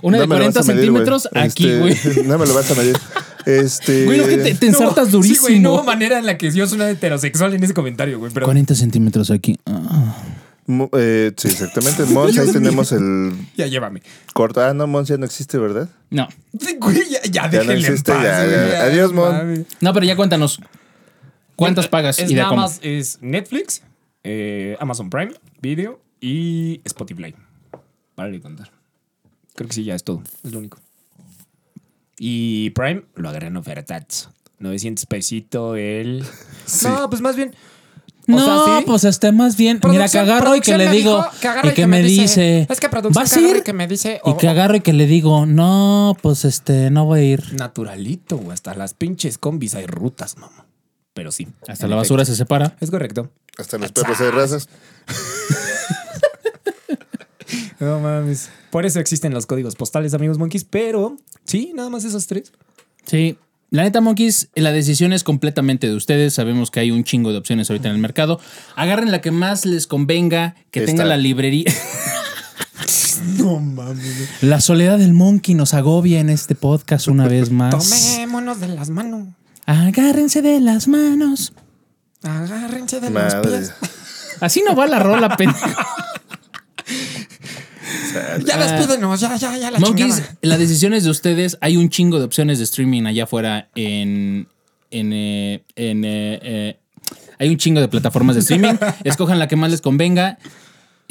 Una de No me lo vas 40 a medir, güey. centímetros aquí, Este, güey. No me lo vas a medir. Este. Güey, no, que te, te No, ensartas sí, durísimo. güey, no hubo manera en la que yo suena heterosexual en ese comentario, güey. Pero 40 centímetros aquí. Ah. Mu- eh, sí, exactamente. Mons, ahí tenemos el Ya llévame. corta. Ah, no, Mons ya no existe, ¿verdad? No. Güey, ya, ya Ya no déjenle en existe, paz, ya, güey, ya. Adiós, Mon. mames. No, pero ya cuéntanos. Eh, ¿Cuántas pagas Es y de nada cómo? más es Netflix, eh, Amazon Prime Video y Spotify. Para de contar. Creo que sí, ya es todo. Es lo único. Y Prime lo agarré en ofertas. eh. 900 pesito el... No, pues más bien... o sea, No, sí. pues este más bien. Mira, que Producción- agarro y que producción le me digo. dijo que agarra y que, me dice. Es que producción ¿Vas a que agarra ir? y que me dice. Y o- que agarro y que le digo, no, pues este, no voy a ir. Naturalito, güey. Hasta las pinches combis hay rutas, mamá. Pero sí. Hasta en la efecto. basura se separa. Es correcto. Hasta los perros de razas. No mames. Por eso existen los códigos postales, amigos monkeys. Pero sí, nada más esos tres. Sí. La neta, Monkeys, la decisión es completamente de ustedes. Sabemos que hay un chingo de opciones ahorita en el mercado. Agarren la que más les convenga, que Esta. tenga la librería. La soledad del monkey nos agobia en este podcast una vez más. Tomémonos de las manos. Agárrense de las manos. Agárrense de los Madre. pies. Así no va la rola, pendejo. Ya despídenos, ya, ya, ya la Ah. Monkeys, chingada. la decisión es de ustedes. Hay un chingo de opciones de streaming allá afuera en. en, eh, en, eh, eh, hay un chingo de plataformas de streaming. Escojan la que más les convenga.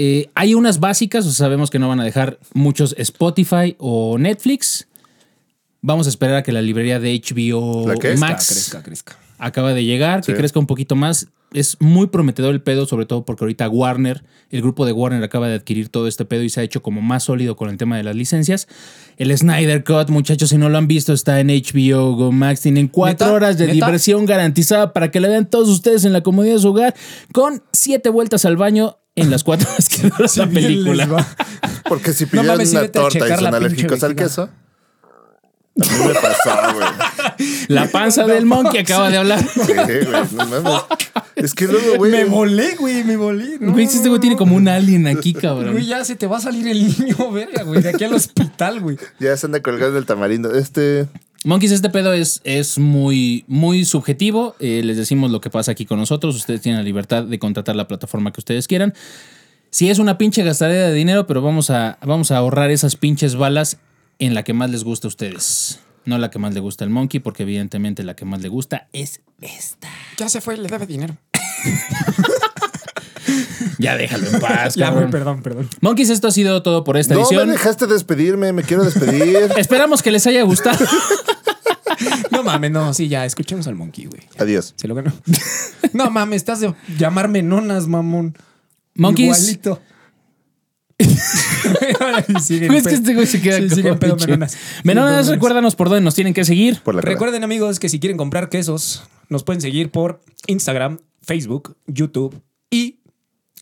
Eh, hay unas básicas, o sabemos que no van a dejar muchos Spotify o Netflix. Vamos a esperar a que la librería de HBO La que Max Crezca, crezca. acaba de llegar, que Sí. crezca un poquito más. Es muy prometedor el pedo, sobre todo porque ahorita Warner, el grupo de Warner acaba de adquirir todo este pedo y se ha hecho como más sólido con el tema de las licencias. El Snyder Cut, muchachos, si no lo han visto, está en HBO Go Max. Tienen cuatro ¿Neta? horas de ¿Neta? diversión garantizada para que la vean todos ustedes en la comodidad de su hogar, con siete vueltas al baño en las cuatro horas que dura la película. Porque si pidieran mames, sí, una vete a torta y checar son la pinche alérgicos al vejiga. queso. A mí me pasó, güey. La panza del monkey acaba de hablar. Sí, güey, no mames. Es que luego, güey. Me volé, güey, me volé. No, Güey, este güey tiene como un alien aquí, cabrón. Güey, ya se te va a salir el niño, verga, güey, de aquí al hospital, güey. Ya se anda colgando el tamarindo. Este. Monkeys, este pedo es, es muy, muy subjetivo. Eh, les decimos lo que pasa aquí con nosotros. Ustedes tienen la libertad de contratar la plataforma que ustedes quieran. Si es una pinche gastadera de dinero, pero vamos a, vamos a ahorrar esas pinches balas en la que más les gusta a ustedes. No la que más le gusta al monkey, porque evidentemente la que más le gusta es esta. Ya se fue, le debe dinero. Ya déjalo en paz, Ya, güey, cabrón. perdón, perdón. Monkeys, esto ha sido todo por esta No me edición. dejaste despedirme, me quiero despedir. Esperamos que les haya gustado. No mames, no, sí, ya, escuchemos al monkey, güey. Adiós. Se lo ganó. No mames, estás de llamarme nonas, mamón. Monkeys, Igualito. Güey, es que este güey se queda Sí, como sigue en pedo, pinche- menonas. Menonas, Sí, recuérdanos por dónde nos tienen que seguir. Por la cara. Recuerden, amigos, que si quieren comprar quesos, nos pueden seguir por Instagram, Facebook, YouTube y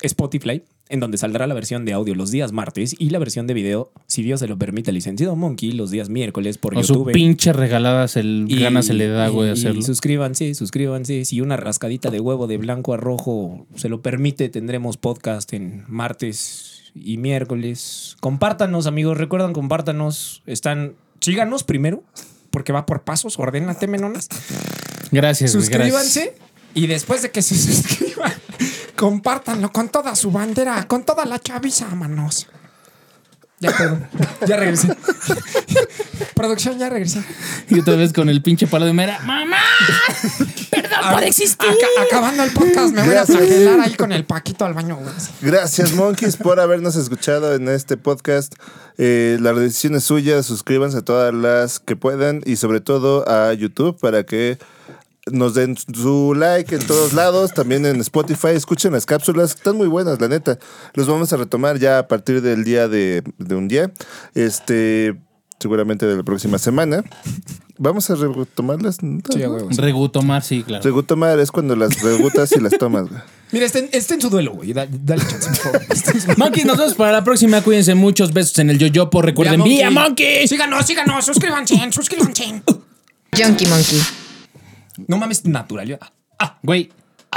Spotify, en donde saldrá la versión de audio los días martes y la versión de video, si Dios se lo permite, al licenciado Monkey, los días miércoles por O su YouTube. pinche regalada se l- gana se le da, güey, y- de hacerlo. Y suscríbanse, suscríbanse. Si una rascadita de huevo de blanco a rojo se lo permite, tendremos podcast en martes y miércoles. Compártanos, amigos. Recuerdan, compártanos. Están. Síganos primero, Porque va por pasos, ordénate, menonas. Gracias, güey, gracias. Suscríbanse. Y después de que se suscriban, compártanlo con toda su bandera, con toda la chaviza, manos. Ya, perdón. Ya regresé. Producción, ya regresé. Y otra vez con el pinche palo de mera. ¡Mamá! Aca- acabando el podcast, me voy a Gracias. flagelar ahí con el Paquito al baño, güey. Gracias, Monkeys, por habernos escuchado en este podcast. Eh, la decisión es suya. Suscríbanse a todas las que puedan y, sobre todo, a YouTube para que nos den su like en todos lados. También en Spotify. Escuchen las cápsulas. Están muy buenas, la neta. Los vamos a retomar ya a partir del día de, de un día. Este, seguramente de la próxima semana. Vamos a retomarlas. ¿no? Regutomar, sí, claro. Regutomar es cuando las regutas y las tomas. güey. Mira, está en, está en su duelo, güey. Da- Dale chance, por favor. Monkeys, nos vemos para la próxima. Cuídense muchos besos en el yoyopo. Recuerden, ¡Vía Vía Monkeys! Síganos, síganos, suscríbanse, suscríbanse. Yonky Monkey. No mames, natural. ah, Ah, Güey,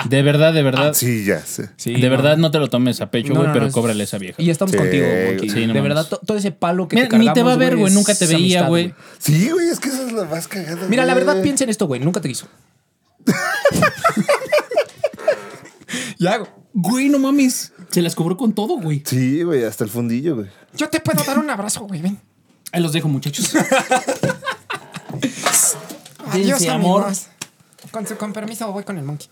de verdad, de verdad. Ah, Sí, ya sé. Sí, de no. verdad no te lo tomes a pecho, No, güey, no, pero no, es- cóbrale a esa vieja. Y estamos Sí, contigo, Monkey. sí, no de mames. verdad, to- todo ese palo que Mira, te ni te cargamos, va a ver, güey. es Nunca te veía, amistad, güey. Sí, güey, es que esa es la más cagada. Mira, la güey. verdad, piensa en esto, güey. Nunca te quiso. ya, güey. Güey, no mames. Se las cobró con todo, güey. Sí, güey, hasta el fundillo, güey. Yo te puedo dar un abrazo, güey. Ven. Ahí los dejo, muchachos. Adiós, Dense amor. amigos. Con su con permiso, voy con el monkey.